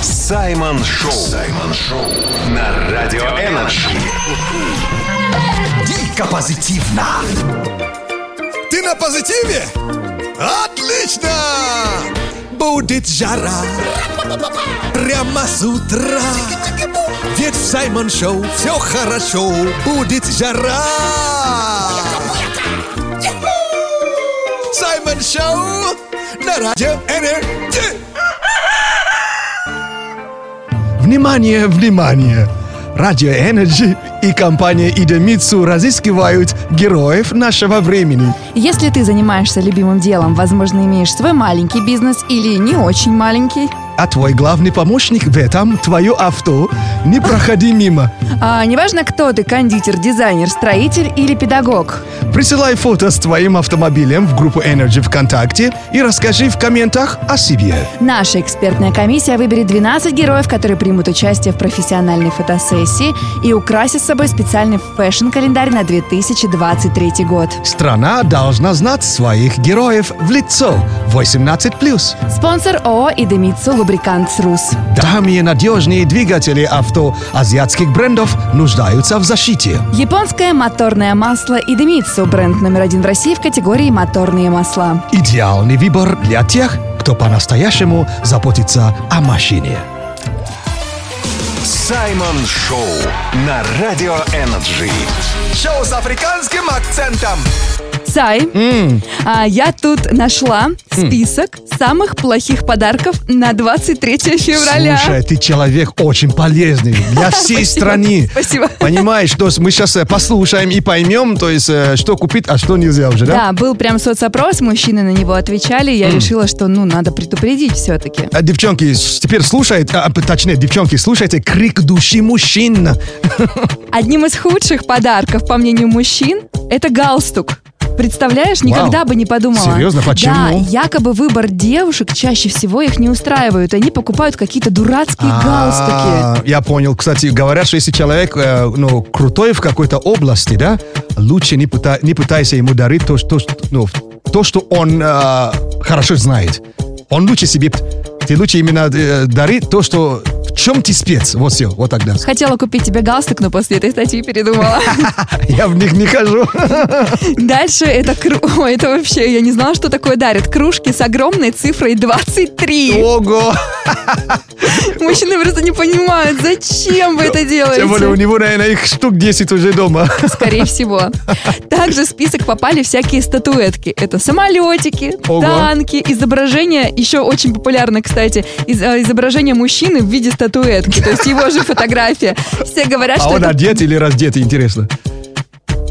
Саймон Шоу. Саймон Шоу. На Радио Энерджи.
Дико позитивно. Ты на позитиве? Отлично! Будет жара Прямо с утра Ведь в Саймон Шоу все хорошо Будет жара Саймон Шоу на радио Энерджи
Внимание, внимание. Радио Energy и компания Идемицу разыскивают героев нашего времени.
Если ты занимаешься любимым делом, возможно, имеешь свой маленький бизнес или не очень маленький,
А твой главный помощник в этом твое авто. Не проходи мимо.
а, неважно, кто ты, кондитер, дизайнер, строитель или педагог.
Присылай фото с твоим автомобилем в группу Energy ВКонтакте и расскажи в комментах о себе.
Наша экспертная комиссия выберет 12 героев, которые примут участие в профессиональной фотосессии и украсит с собой специальный фэшн-календарь на 2023 год.
Страна должна знать своих героев в лицо. 18+.
Спонсор ООО «Идемитсу Лубрикант Срус».
Дамые надежные двигатели авто азиатских брендов нуждаются в защите.
Японское моторное масло «Идемитсу» – бренд номер один в России в категории «Моторные масла».
Идеальный выбор для тех, кто по-настоящему заботится о машине.
Саймон Шоу на Радио Энерджи.
Шоу с африканским акцентом.
Сай, а, я тут нашла
Хм.
список самых плохих подарков на 23 февраля.
Слушай, ты человек очень полезный для всей страны.
Спасибо.
Понимаешь, то есть мы сейчас послушаем и поймем, то есть э, что купить, а что нельзя уже, да?
Да, был прям соцопрос, мужчины на него отвечали, я решила, что ну надо предупредить все-таки.
А, Девчонки, с- теперь слушайте, а, точнее, девчонки, слушайте крик души мужчин.
Одним из худших подарков, по мнению мужчин, это галстук. Представляешь, никогда бы не подумала.
Серьезно? Почему?
Да, якобы выбор девушек чаще всего их не устраивают. Они покупают какие-то дурацкие галстуки.
А, Я понял. Кстати, говорят, что если человек э, ну, крутой в какой-то области, да, лучше не, пыта- не пытайся ему дарить то, что, что- ну, то, что он э, хорошо знает. Он лучше себе... Ты лучше именно э, дари то, что... В чем ты спец? Вот все, вот тогда.
Хотела купить тебе галстук, но после этой статьи передумала.
Я в них не хожу.
Дальше это кру... Ой, это вообще, я не знала, что такое дарят. Кружки с огромной цифрой 23.
Ого!
Мужчины просто не понимают, зачем вы это
Ну. Тем более у
делаете.
него, наверное, их штук 10 уже дома.
Скорее всего. Также в список попали всякие статуэтки. Это самолетики,
Ого.
танки, изображения, еще очень популярно, кстати, из- э, изображение мужчины в виде статуэтки. То есть его же фотография. Все говорят,
А
что
он
это...
одет или раздет, интересно.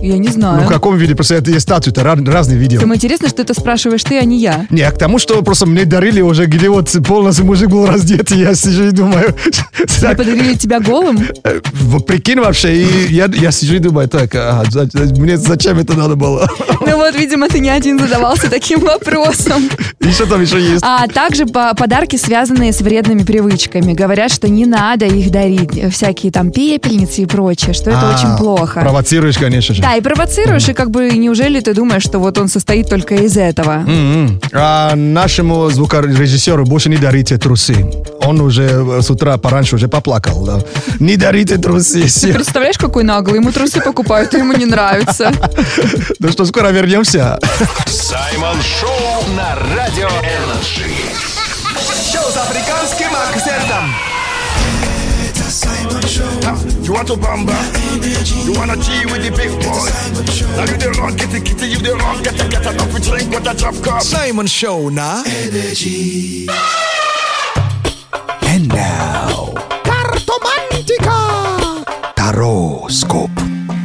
Я не
Ну, в
знаю.
каком виде? Просто это есть статуи-то ра- разные видео.
Самое интересное, что это спрашиваешь ты, а не я.
Не, а к тому, что просто мне дарили уже, где вот полностью мужик был раздет, и я сижу и думаю,
Мне
так,
подарили тебя голым?
э, вот прикинь вообще, и я, я сижу и думаю, так, а, за- за- мне зачем это надо было?
Ну вот, видимо, ты не один задавался таким вопросом.
И что там еще есть?
А также по- подарки, связанные с вредными привычками. Говорят, что не надо их дарить. Всякие там пепельницы и прочее, что это очень
А,
плохо.
Провоцируешь, конечно же.
Да, и провоцируешь, и как бы неужели ты думаешь, что вот он состоит только из этого?
М-м. А нашему звукорежиссеру больше не дарите трусы. Он уже э, с утра пораньше уже поплакал. да. Не дарите трусы.
Ты
всё.
представляешь, какой наглый? Ему трусы покупают, а ему не нравится.
Ну что, скоро вернемся.
Саймон Шоу на Радио Энерджи.
Шоу с африканским акцентом.
You want to bamba? You want to G with the big boy? Now you the wrong, get the kitty, you the wrong, get the get up, we drink with the drop cup.
Саймон Шоу на And now. Картомантика. Тароскоп.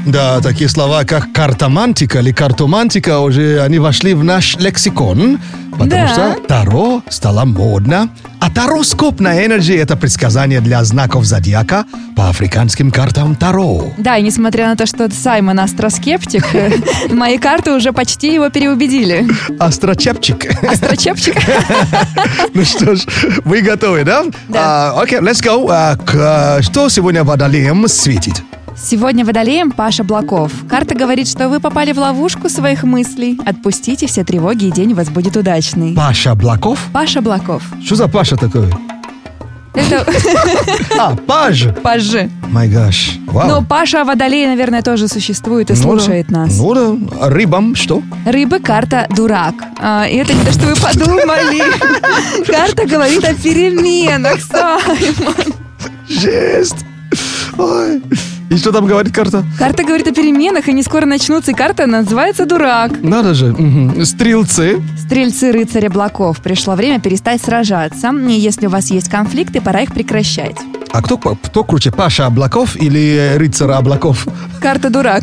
Да, такие слова, как картомантика или картомантика, уже они вошли в наш лексикон, потому
Да.
что Таро стало модно. А тароскоп на Energy – это предсказание для знаков зодиака по африканским картам Таро.
Да, и несмотря на то, что Саймон астроскептик, мои карты уже почти его переубедили.
Астрочепчик.
Астрочепчик.
Ну что ж, вы готовы, да?
Да.
А, Окей, let's go. А, к, а, Что сегодня водолеем светит?
Сегодня водолеем Паша Блаков. Карта говорит, что вы попали в ловушку своих мыслей. Отпустите все тревоги, и день у вас будет удачный.
Паша Блаков?
Паша Блаков.
Что за Паша такой?
Это
А, Паж.
Пажи.
My gosh. Вау.
Но Паша Водолей, наверное, тоже существует и
Ну да.
Ну, слушает нас.
Ну да. А Рыбам что?
Рыбы карта дурак. А, и это не то, что вы подумали. Карта говорит о переменах, Саймон.
Жесть! Ой. И что там говорит карта?
Карта говорит о переменах, они скоро начнутся, и карта называется дурак.
Надо же. мгм. Стрелцы.
Стрельцы рыцаря Блаков. Пришло время перестать сражаться. И если у вас есть конфликты, пора их прекращать.
А кто, по- кто круче, Паша Облаков или э, рыцарь Облаков?
Карта дурак.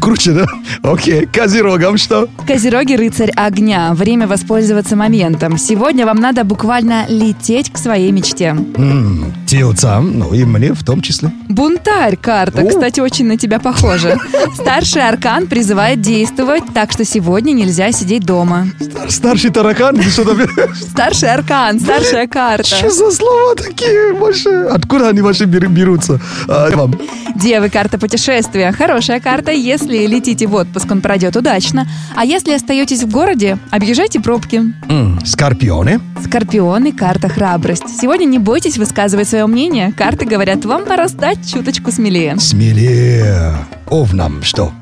круче, да? Окей, Козерогом что?
Козероги рыцарь огня. Время воспользоваться моментом. Сегодня вам надо буквально лететь к своей мечте.
М, Тельцам, ну и мне в том числе.
Бунтарь карта,
О.
кстати, очень на тебя похожа. Старший аркан призывает действовать, так что сегодня нельзя сидеть дома.
Стар- Старший таракан, ты что там?
Старший аркан, старшая карта.
Что за слова такие вообще? Откуда они вообще бер- берутся? А, я вам.
Девы карта путешествия. Хорошая карта, если летите в отпуск, он пройдет удачно. А если остаетесь в городе, объезжайте пробки.
М, Скорпионы.
Скорпион и карта храбрость. Сегодня не бойтесь высказывать свое мнение. Карты говорят, вам пора стать чуточку смелее.
Смелее. Овнам что?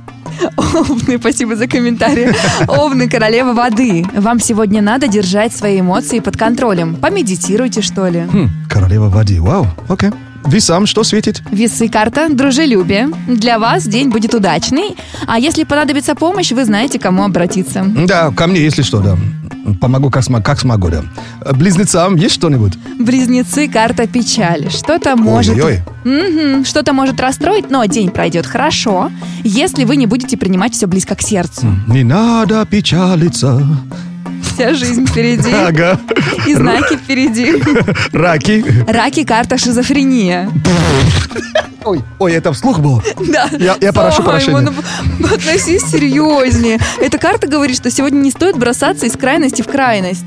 Овны, спасибо за комментарий. Овны, королева воды. Вам сегодня надо держать свои эмоции под контролем. Помедитируйте, что ли.
Хм, Королева воды, вау, окей. Весам что светит?
Весы карта дружелюбие. Для вас день будет удачный. А если понадобится помощь, вы знаете, к кому обратиться.
Да, ко мне, если что, да. Помогу как, смо- как смогу, да. Э, Близнецам есть что-нибудь?
Близнецы карта печали. Что-то может...
Ой-ой-ой.
Мгм, что-то может расстроить, но день пройдет хорошо, если вы не будете принимать все близко к сердцу.
Не надо печалиться.
Вся жизнь впереди,
Ага.
и знаки впереди.
Раки.
Раки карта шизофрения.
Ой, ой, это вслух было.
Да.
Я- я прошу
Ой,
прощения.
Мон, п- Относись серьезнее. Эта карта говорит, что сегодня не стоит бросаться из крайности в крайность.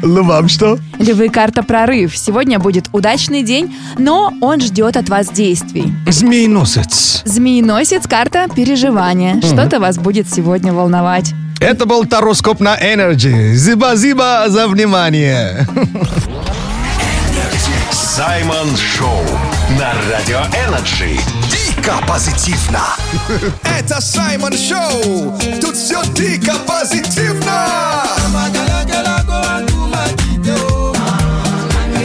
Ну вам что?
Львы карта прорыв. Сегодня будет удачный день, но он ждет от вас действий.
Змееносец.
Змееносец карта переживания. Что-то вас будет сегодня волновать.
Это был тароскоп на Energy. Зиба-зиба за внимание.
Саймон Шоу на Радио Энерджи.
Дико позитивно.
Это Саймон Шоу. Тут все дико позитивно.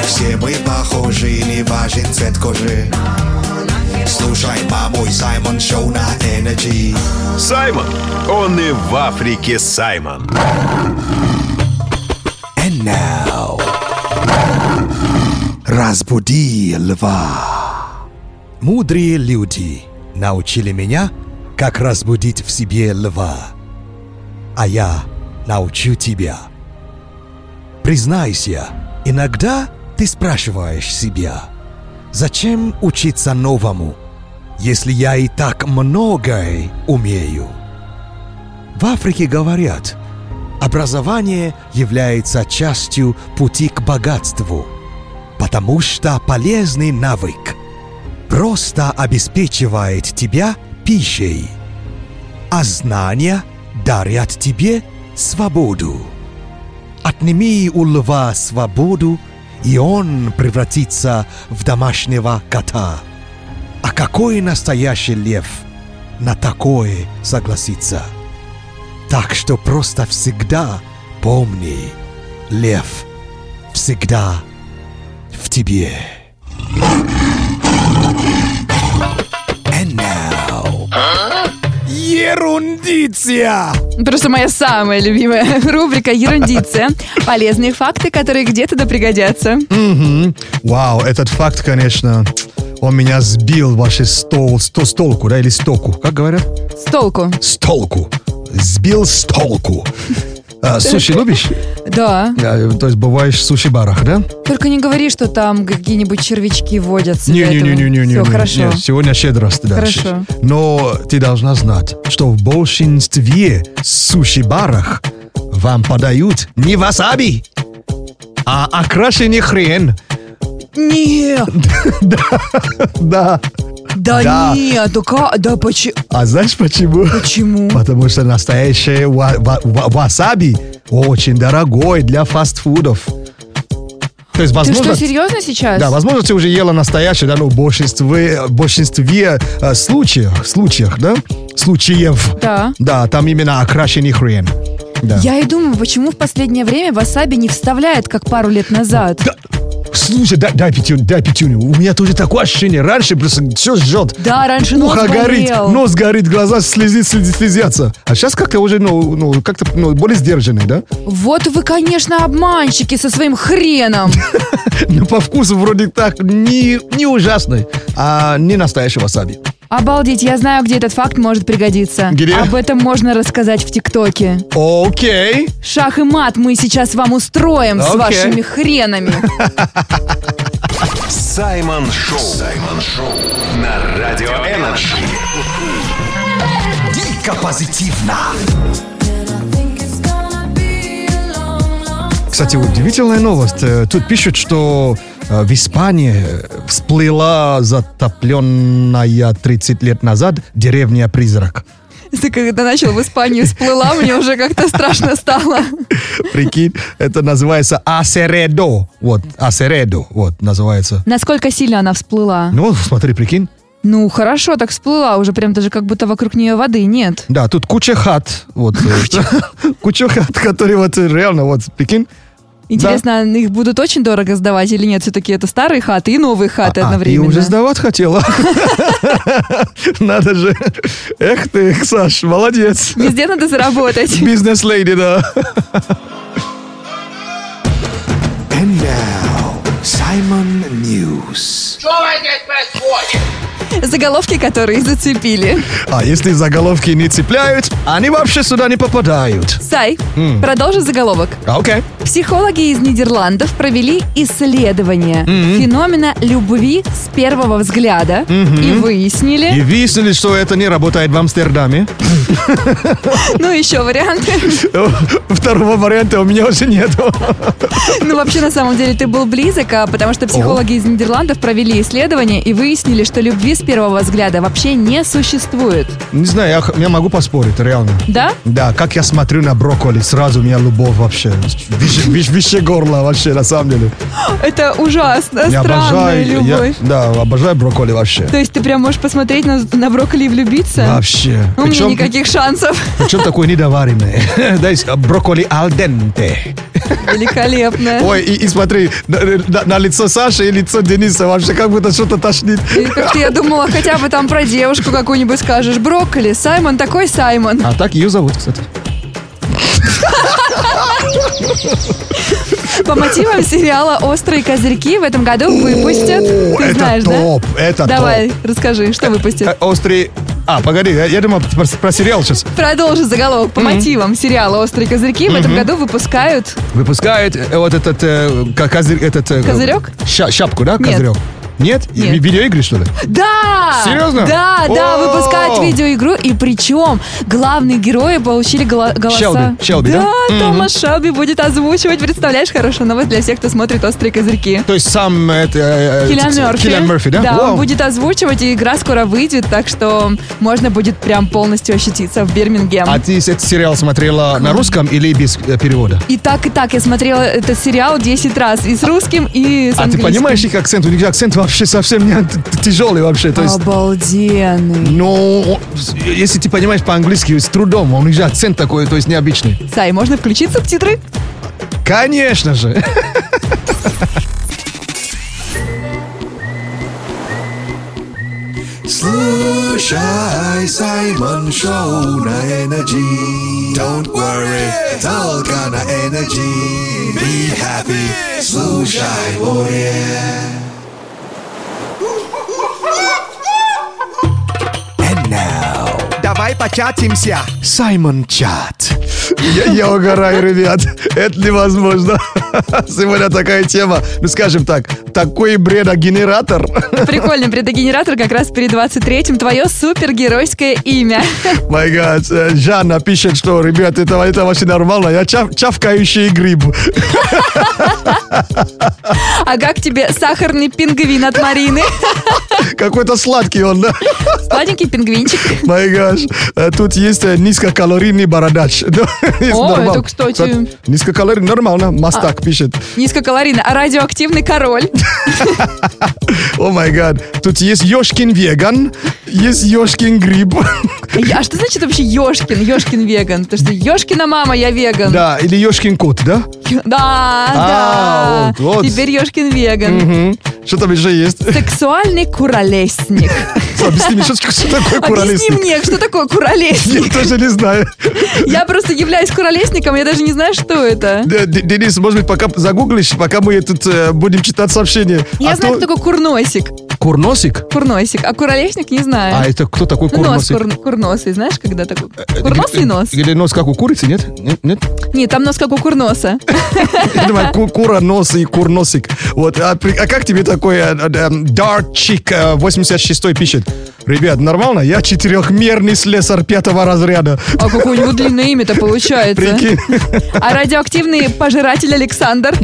Все мы похожи, не важен цвет кожи. Слушай, мамой Саймон Шоу на Energy.
Саймон. Он и в Африке Саймон.
And now. Разбуди льва. Мудрые люди научили меня, как разбудить в себе льва. А я научу тебя. Признайся, иногда ты спрашиваешь себя, зачем учиться новому, если я и так многое умею. В Африке говорят – Образование является частью пути к богатству, потому что полезный навык просто обеспечивает тебя пищей, а знания дарят тебе свободу. Отними у льва свободу, и он превратится в домашнего кота. А какой настоящий лев на такое согласится? Так что просто всегда помни, лев всегда в тебе. And now... Ерундиция!
Просто моя самая любимая рубрика «Ерундиция». Полезные факты, которые где-то да пригодятся.
Мгм. Вау, этот факт, конечно, он меня сбил вообще с, тол- с то- с толку, да, или с току, как говорят?
С толку.
С толку. Сбил с толку. А, суши любишь?
Да.
А, то есть бываешь в суши-барах, да?
Только не говори, что там какие-нибудь червячки водятся. для этого.
Не-не-не-не-не.
Все, хорошо.
Сегодня щедрость, да.
Хорошо.
Но ты должна знать, что в большинстве суши-барах вам подают не васаби, а окрашенный хрен.
Нет,
Да.
да,
Да.
нет, да, ка- да почему?
А знаешь почему?
Почему?
Потому что настоящее ва- ва- ва- васаби очень дорогое для фастфудов. То есть,
Ты
возможно,
что, серьезно сейчас?
Да, возможно, ты уже ела настоящее, да, но в большинстве, в большинстве э, случаев, случаях, да, случаев,
Да.
да, там именно окрашенный хрен. Да.
Я и думаю, почему в последнее время васаби не вставляют, как пару лет назад.
Да. Слушай, дай, дай пятюню, дай пятюню. У меня тоже такое ощущение. Раньше просто все жжет.
Да, раньше нос
Ухо горит,
болел.
нос горит, глаза слезит, слезит, слезятся. А сейчас как-то уже, ну, ну как-то ну, более сдержанный, да?
Вот вы, конечно, обманщики со своим хреном.
Но Ну, по вкусу вроде так не, не ужасный, а не настоящий васаби.
Обалдеть, я знаю, где этот факт может пригодиться.
Где?
Об этом можно рассказать в ТикТоке.
Окей.
Шах и мат мы сейчас вам устроим с
Окей.
вашими хренами.
Саймон Шоу. Саймон Шоу на Радио Энерджи.
Дико позитивно.
Кстати, удивительная новость. Э, Тут пишут, что э, в Испании э, всплыла затопленная 30 лет назад деревня-призрак.
Ты когда начал в Испании всплыла, мне уже как-то страшно стало.
Прикинь, это называется Асередо. Вот, Асередо, вот, называется.
Насколько сильно она всплыла?
Ну, смотри, прикинь.
Ну, хорошо, так всплыла уже прям даже как будто вокруг нее воды нет.
Да, тут куча хат. Вот, э, куча хат, которые вот э, реально, вот, прикинь.
Интересно, а их будут очень дорого сдавать или нет? Все-таки это старые хаты и новые хаты
А, ты
одновременно.
уже сдавать хотела. Надо же. Эх ты, Саш, молодец.
Везде надо заработать.
Бизнес-леди, да.
And now, Simon News.
Заголовки, которые зацепили.
А если заголовки не цепляют, они вообще сюда не попадают.
Сай, продолжи заголовок.
Окей.
Психологи из Нидерландов провели исследование
М-м.
феномена любви с первого взгляда и
И
выяснили,
выяснили, что это не работает в Амстердаме.
ну еще варианты.
Второго варианта у меня уже нету.
Ну вообще на самом деле ты был близок, а, потому что психологи из Нидерландов провели исследование и выяснили, что любви с первого взгляда вообще не существует.
Не знаю, я, х- я могу поспорить, реально.
Да?
Да, как я смотрю на брокколи, сразу у меня любовь вообще. Выше, выше- выше горла вообще, на самом деле.
Это ужасно,
Я
странная
обожаю, я-
любовь.
да, обожаю брокколи вообще.
То есть ты прям можешь посмотреть на, на брокколи и влюбиться?
Вообще.
У меня
Причем-
Ну, никаких шансов.
Причем такой недоваренный. Да, есть, а, брокколи альденте.
Великолепно.
Ой, и, и смотри, на, на- на лицо Саши и лицо Дениса вообще как будто что-то тошнит.
И Как-то я думала, хотя бы там про девушку какую-нибудь скажешь. Брокколи, Саймон такой Саймон.
А так ее зовут, кстати.
По мотивам сериала «Острые козырьки» в этом году выпустят. Ты
это
знаешь,
топ,
да?
это
Давай, расскажи, что
Э,
выпустят.
Острый... А, погоди, я, я думал про, про сериал сейчас.
Продолжи заголовок. По мотивам сериала «Острые козырьки» в этом году выпускают...
Выпускают э, вот этот... э, ко- козырь- этот э,
Козырек?
ща- шапку, да, козырек? Нет? И-
Нет.
Видеоигры, что ли?
Да!
Серьезно?
Да, да,
О!
выпускают видеоигру. И причем главные герои получили голо- голоса.
Шелби, Шелби, да?
Томас Шелби будет озвучивать. Представляешь, хорошая новость для всех, кто смотрит «Острые козырьки».
То есть сам... э, это, э, э,
Киллиан
ц-
Мерфи.
Киллиан Мерфи, да? Вау.
он будет озвучивать, и игра скоро выйдет, так что можно будет прям полностью ощутиться в Бирмингем.
А ты этот сериал смотрела на русском или без э, перевода?
И так, и так я смотрела этот сериал 10 раз. И с русским, и с
А ты
английским.
понимаешь их акцент? У них акцент вообще совсем не т- т- тяжелый вообще.
А,
То есть
Обалденный.
Но если ты понимаешь по-английски с трудом, у них же акцент такой, то есть необычный.
Сай, можно включить субтитры?
Конечно же.
Слушай, Саймон Шоу на Energy. Don't worry, только на Energy. Be happy, слушай, oh yeah. And now,
Давай початимся.
Саймон Чат.
Я, я угораю, ребят. Это невозможно. Сегодня такая тема. Ну, скажем так, такой бредогенератор.
Прикольно, предогенератор как раз перед 23-м. Твое супергеройское имя.
My God. Э, Жанна пишет, что, ребят, это, это вообще нормально. Я чав- чавкающий гриб.
А как тебе сахарный пингвин от Марины?
Какой-то сладкий он, да?
Сладенький пингвинчик.
My gosh. Э, Тут есть э, низкокалорийный бородач. Да, есть
О,
нормал.
это, кстати.
Низкокалорийный, нормально. Мастак пишет.
Низкокалорийный, а радиоактивный король.
О май гад. Тут есть Ёшкин веган, есть Ёшкин гриб.
А что значит вообще Ёшкин, Ёшкин веган? Потому что Ёшкина мама, я веган.
Да, или Ёшкин кот, да?
Да, да.
Да, А, вот, вот.
Теперь Ёшкин веган.
Мгм. Что там еще есть?
Сексуальный куролесник.
Объясни мне, что, что такое
Объясни
куролесник?
мне, что такое куролесник?
Я тоже не знаю.
Я просто являюсь куролесником, я даже не знаю, что это.
Д- Д- Денис, может быть, пока загуглишь, пока мы тут э, будем читать сообщение.
Я знаю, кто такой курносик.
Курносик?
Курносик. А куролесник не знаю.
А это кто такой
Ну, нос
курносик? Э,
кур- курносый, знаешь, когда такой? Курносый нос.
Или нос как у курицы, нет? Нет? нет?
Нет, там нос как у курноса.
Я думаю, ку- кура, нос и курносик. Вот. А, при- а как тебе такой э, э, э, Dark Chick э, 86 пишет? Ребят, нормально? Я четырехмерный слесарь пятого разряда.
А какое у него длинное имя-то получается.
Прикинь.
А радиоактивный пожиратель Александр.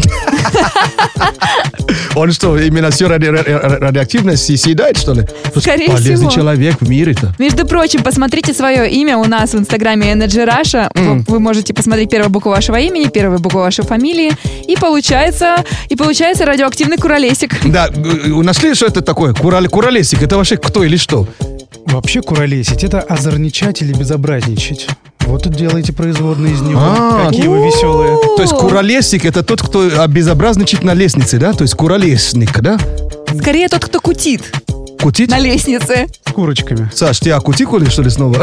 Он что, именно все ради, ра- ра- радиоактивность и съедает, что ли? Слушай,
Скорее
полезный
всего.
человек в мире-то.
Между прочим, посмотрите свое имя у нас в инстаграме Energy Russia. Вы- Вы можете посмотреть первую букву вашего имени, первую букву вашей фамилии. И получается, и получается радиоактивный куролесик.
Да, э, нашли, что это такое? Курали, куролесик, это вообще кто или что?
Вообще куролесить – это озорничать или безобразничать. Вот и делаете производные из него.
А,
Какие вы веселые.
То есть куролесик это тот, кто обезобразничает на лестнице, да? То есть куролесник, да?
Скорее тот, кто кутит
Кутить?
на лестнице.
С курочками.
Саш, ты акутикули, что ли, снова?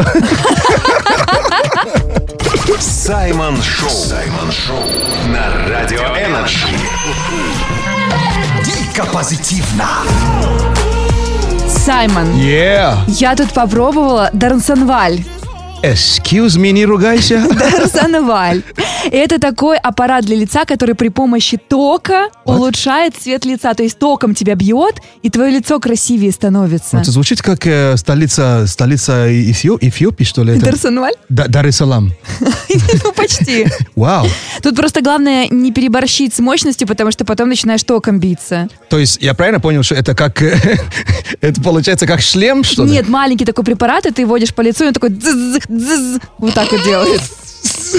Саймон Шоу. Саймон Шоу на Радио Энерджи.
Дико позитивно.
Саймон,
Yeah!
я тут попробовала дарнсонваль.
Excuse me, не ругайся.
Дарсонваль. Это такой аппарат для лица, который при помощи тока улучшает цвет лица. То есть током тебя бьет, и твое лицо красивее становится.
Это звучит как э, столица, столица Эфио- Эфиопии, что ли? это?
Дарсонваль?
Да- Дар-эс-Салам.
Ну, почти.
Вау.
Тут просто главное не переборщить с мощностью, потому что потом начинаешь током биться.
То есть я правильно понял, что это как... э, это получается как шлем, что ли?
Нет, маленький такой препарат, и ты водишь по лицу, и он такой дзз, дзз, вот так вот делает.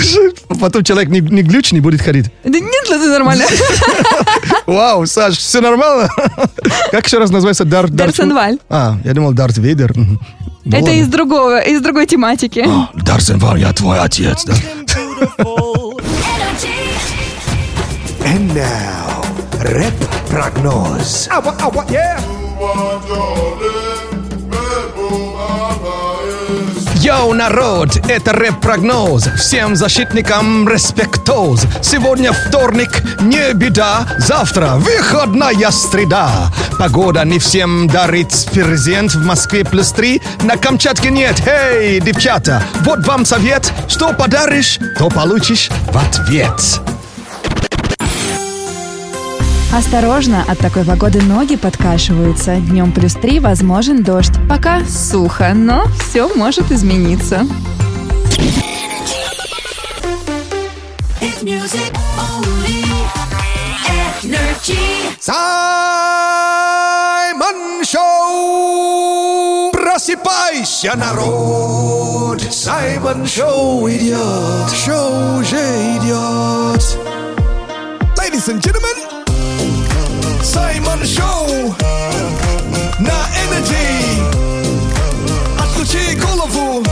Потом человек не, не глюч не будет ходить.
Да нет, ну, это нормально.
Ну Вау, Саш, все нормально? Как еще раз называется? Дар, Дарт-
Дарсенваль.
А, я думал Дарт Вейдер. Мгм. Ну
Это
ладно.
из другого, из другой тематики.
А, Дарсенваль, я твой отец, да?
And now, рэп-прогноз.
Йоу, народ, это рэп-прогноз Всем защитникам респектоз Сегодня вторник, не беда Завтра выходная среда Погода не всем дарит презент В Москве плюс три, на Камчатке нет Эй, девчата, вот вам совет Что подаришь, то получишь в ответ
Осторожно, от такой погоды ноги подкашиваются. Днем плюс 3 возможен дождь. Пока сухо, но все может измениться.
Саймон Шоу! Просыпайся, народ! Саймон Шоу идет! Шоу уже идет! Ladies and gentlemen! Саймон Шоу! На Energy! Отключи голову!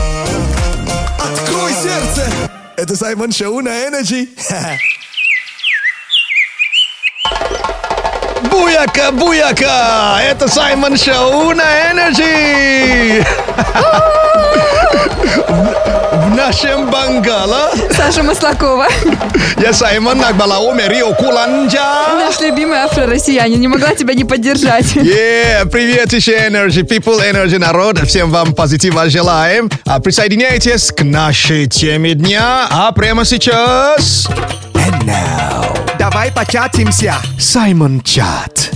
Открой сердце! Это Саймон Шоу на Energy!
Буяка, буяка! Это Саймон Шоу на Энерджи! В нашем Бангала
Саша Маслакова,
я Саймон Нагбалауме Рио Куланджа.
наш любимый афро-россиянин. Не могла тебя не поддержать.
Yeah, привет еще Energy People, Energy народ. Всем вам позитива желаем. А присоединяйтесь к нашей теме дня. А прямо сейчас...
And now,
Давай початимся.
Саймон Чат.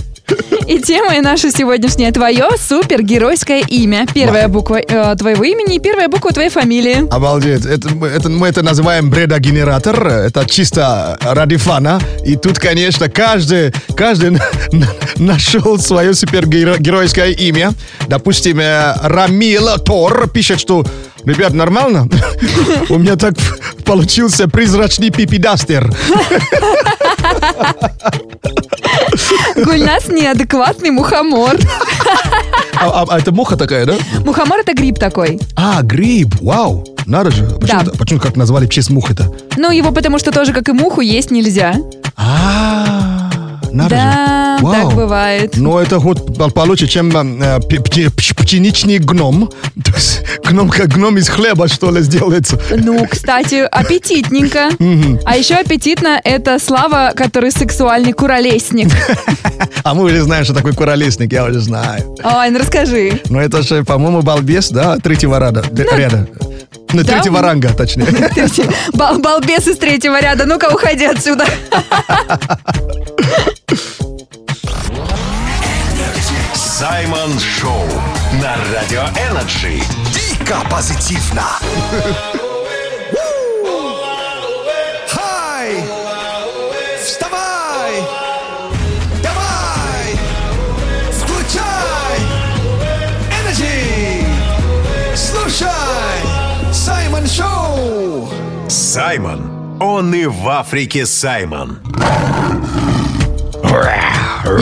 И тема и наша сегодняшняя твое супергеройское имя. Первая буква э, твоего имени и первая буква твоей фамилии.
Обалдеть. Это, мы- это- мы это называем бредогенератор. Это чисто ради фана. И тут, конечно, каждый, каждый на- на- нашел свое супергеройское имя. Допустим, э, Рамила Тор пишет, что «Ребят, нормально? У меня так получился призрачный пипидастер».
Гульнас неадекватный мухомор.
А, а- а это муха такая, да?
Мухомор это гриб такой.
А, гриб, вау. Надо же. Почему,
Да.
почему как назвали в честь мухи-то?
Ну его потому что тоже как и муху есть нельзя.
А, Надо
Да,
же.
так
Вау.
бывает.
Но Ну, это вот пол- получше, чем э, пе- пте- пч- пшеничный гном. То есть гном как гном из хлеба, что ли, сделается.
Ну, кстати, аппетитненько. А еще аппетитно это Слава, который сексуальный куролесник.
А мы уже знаем, что такой куролесник, я уже знаю.
Ой, ну расскажи.
Но это же, по-моему, балбес, да, третьего ряда. д- ряда. Ну,
да.
третьего ранга, точнее.
Ты все- бал- балбес из третьего ряда. Ну-ка, уходи отсюда.
Саймон Шоу на Радио Энерджи.
Дико позитивно.
Хай! Вставай! Давай! Включай! Энерджи! Слушай! Саймон Шоу!
Саймон. Он и в Африке Саймон.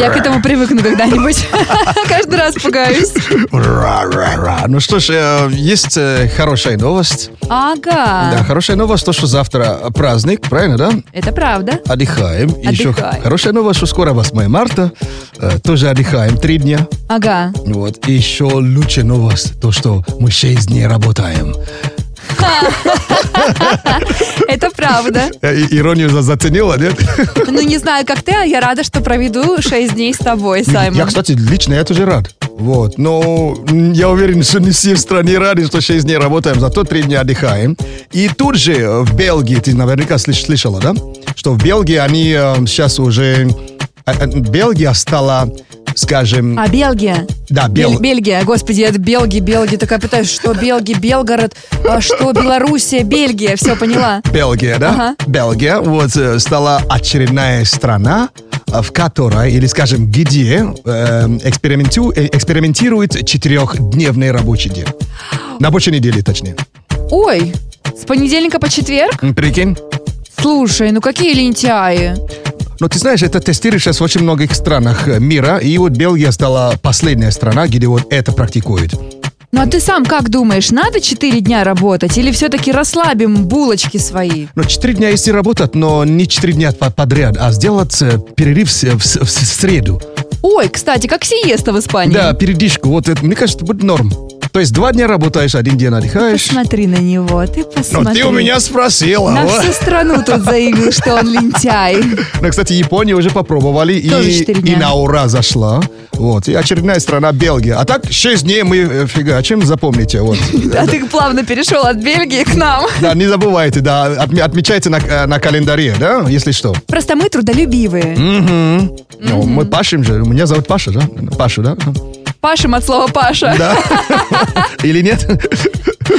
Я к этому привыкну когда-нибудь. Каждый раз пугаюсь.
Ра-ра-ра. Ну что ж, э, есть э, хорошая новость. Да,
Ага.
хорошая новость, то, что завтра праздник, правильно, да?
Это правда.
Отдыхаем. И Еще
Отдыхаем.
хорошая новость, что скоро 8 марта. э, Тоже отдыхаем три дня.
Ага.
Вот. И еще лучшая новость, то, что мы 6 дней работаем.
Это правда.
Э, и- Иронию за- заценила, нет?
Ну, не знаю, как ты, а я рада, что проведу 6 дней с тобой, Саймон.
Я, кстати, лично я тоже рад. Вот. Но м, я уверен, что не все в стране рады, что 6 дней работаем, зато 3 дня отдыхаем. И тут же э, в Бельгии, ты наверняка слыш- слышала, да? Что в Бельгии они сейчас уже... э, э, Бельгия стала, скажем...
А Бельгия?
Да, Бел-
Бель- Бельгия. Господи, это Белгия, Бельгия. Такая пытаюсь, что Белгия, Белгород, а что Белоруссия, Бельгия. Все, поняла.
Бельгия, да?
Ага.
Бельгия вот э, стала очередная страна, э, в которой, или скажем, где э, эксперименту- э, экспериментирует четырехдневный рабочий день. Рабочей недели, точнее.
Ой, с понедельника по четверг?
М, Прикинь?
Слушай, ну какие лентяи.
Но Ну, ты знаешь, это тестируют сейчас в очень многих странах э, мира, и вот Бельгия стала последняя страна, где вот это практикует.
Ну а ты сам как думаешь, надо 4 дня работать или все-таки расслабим булочки свои?
Но Ну, четыре дня если работать, но не четыре дня по- подряд, а сделать э, перерыв с- в, с- в среду.
Ой, кстати, как сиеста в Испании.
Да, передышку, вот это, мне кажется, будет норм. То есть два дня работаешь, один день отдыхаешь.
Посмотри на него, ты
Ну,
посмотри.
ты у меня спросила.
На
вот.
всю страну тут заявил, что он лентяй.
Ну, кстати, Японию уже попробовали,
Тоже
и,
четыре дня.
и на ура зашла. Вот, и очередная страна Бельгия. А так, 6 дней мы э, фигачим, запомните. Вот.
А ты плавно перешел от Бельгии к нам.
Да, не забывайте, да, отме- отмечайте на, э, на календаре, да, если что.
Просто мы трудолюбивые.
Ну, мы Пашем же, меня зовут Паша, да? Паша, да?
Пашем от слова Паша.
Да. Или нет?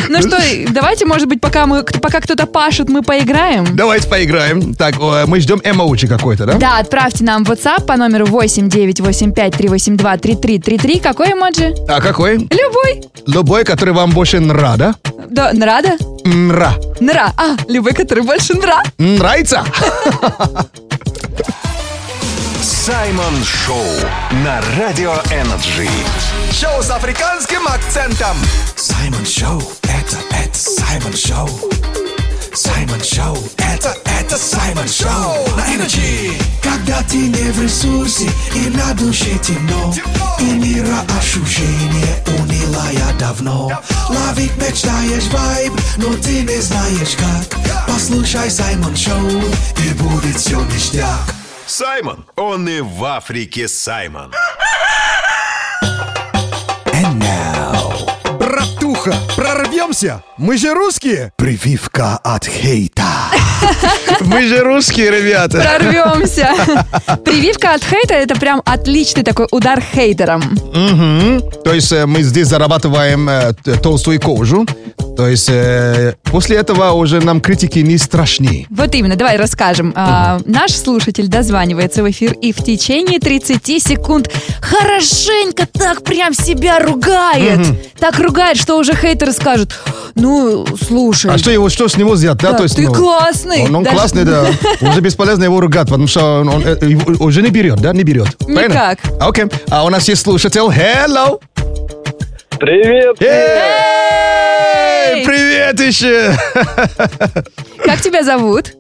Ну что, давайте, может быть, пока, мы, пока кто-то пашет, мы поиграем?
Давайте поиграем. Так, э, мы ждем эмоучи какой-то, да?
Да, отправьте нам в WhatsApp по номеру 89853823333. Какой эмоджи?
А какой?
Любой.
Любой, который вам больше нра, да?
Да, нрада?
Нра.
Нра. А, любой, который больше нра.
Нравится?
Саймон Шоу на Радио Энерджи.
Шоу с африканским акцентом!
Саймон Шоу. Это, это Саймон Шоу. Саймон Шоу. Это, это Саймон Шоу. На Energy. Когда ты не в ресурсе и на душе темно, и мира ощущение унила я давно. Ловить мечтаешь вайб, но ты не знаешь как. Послушай Саймон Шоу, и будет все ништяк.
Саймон. Он и в Африке Саймон.
And now,
Братуха, прорвемся! Мы же русские!
прививка от хейта.
Мы же русские, ребята!
Прорвемся. Прививка от хейта – это прям отличный такой удар хейтерам.
То есть э, мы здесь зарабатываем э, т- толстую кожу. То есть э, после этого уже нам критики не страшны.
Вот именно, давай расскажем. А, наш слушатель дозванивается в эфир и в течение 30 секунд хорошенько так прям себя ругает. Так ругает, что уже хейтеры скажут, ну, слушай,
А что его, что с него взять, да?
Да,
то есть, ну,
ты классный.
Он, он
Даже-
классный, да. Уже бесполезно его ругать, потому что он, он, э, его уже не берет, да, не берет. Правильно?
Никак.
Окей. А у нас есть слушатель. Hello.
Привет!
Эй!
Эй!
Привет еще.
как тебя зовут?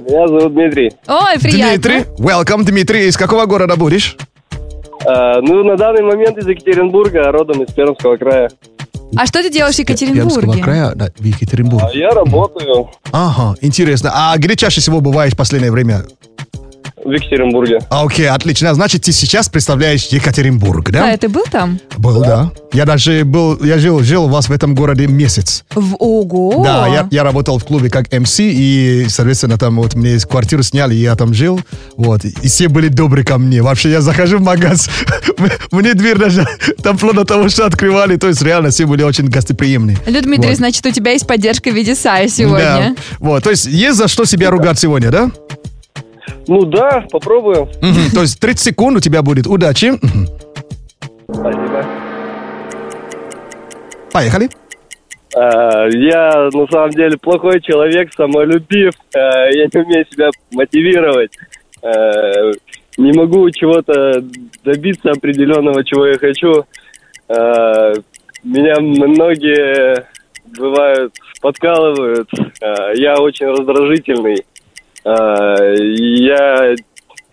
Меня зовут Дмитрий.
Ой, приятно.
Дмитрий, welcome, Дмитрий. Из какого города будешь?
А, ну, на данный момент из Екатеринбурга, родом из Пермского края.
А что ты делаешь в
Пермского
Екатеринбурге?
края, да, в Екатеринбург.
А я работаю
Ага, интересно. А где чаще всего бываешь в последнее время?
в Екатеринбурге.
А, Окей, отлично. Значит, ты сейчас представляешь Екатеринбург, да?
Да, ты был там?
Был, да. Я даже был, я жил, жил у вас в этом городе месяц.
В Ого!
Да, я, я работал в клубе как МС, и, соответственно, там вот мне квартиру сняли, и я там жил, вот, и все были добры ко мне. Вообще, я захожу в магаз, мне дверь даже там вплоть до того, что открывали, то есть реально все были очень гостеприимны.
Лю, Дмитрий,
Вот.
значит, у тебя есть поддержка в виде Сая сегодня.
Да. Вот, то есть есть за что себя ругать сегодня, да?
Ну да, попробуем.
Мгм, То есть 30 секунд у тебя будет. Удачи. Мгм.
Спасибо.
Поехали.
А, я на самом деле плохой человек, самолюбив. А, я не умею себя мотивировать. А, не могу чего-то добиться определенного, чего я хочу. А, меня многие бывают подкалывают. А, я очень раздражительный. А, я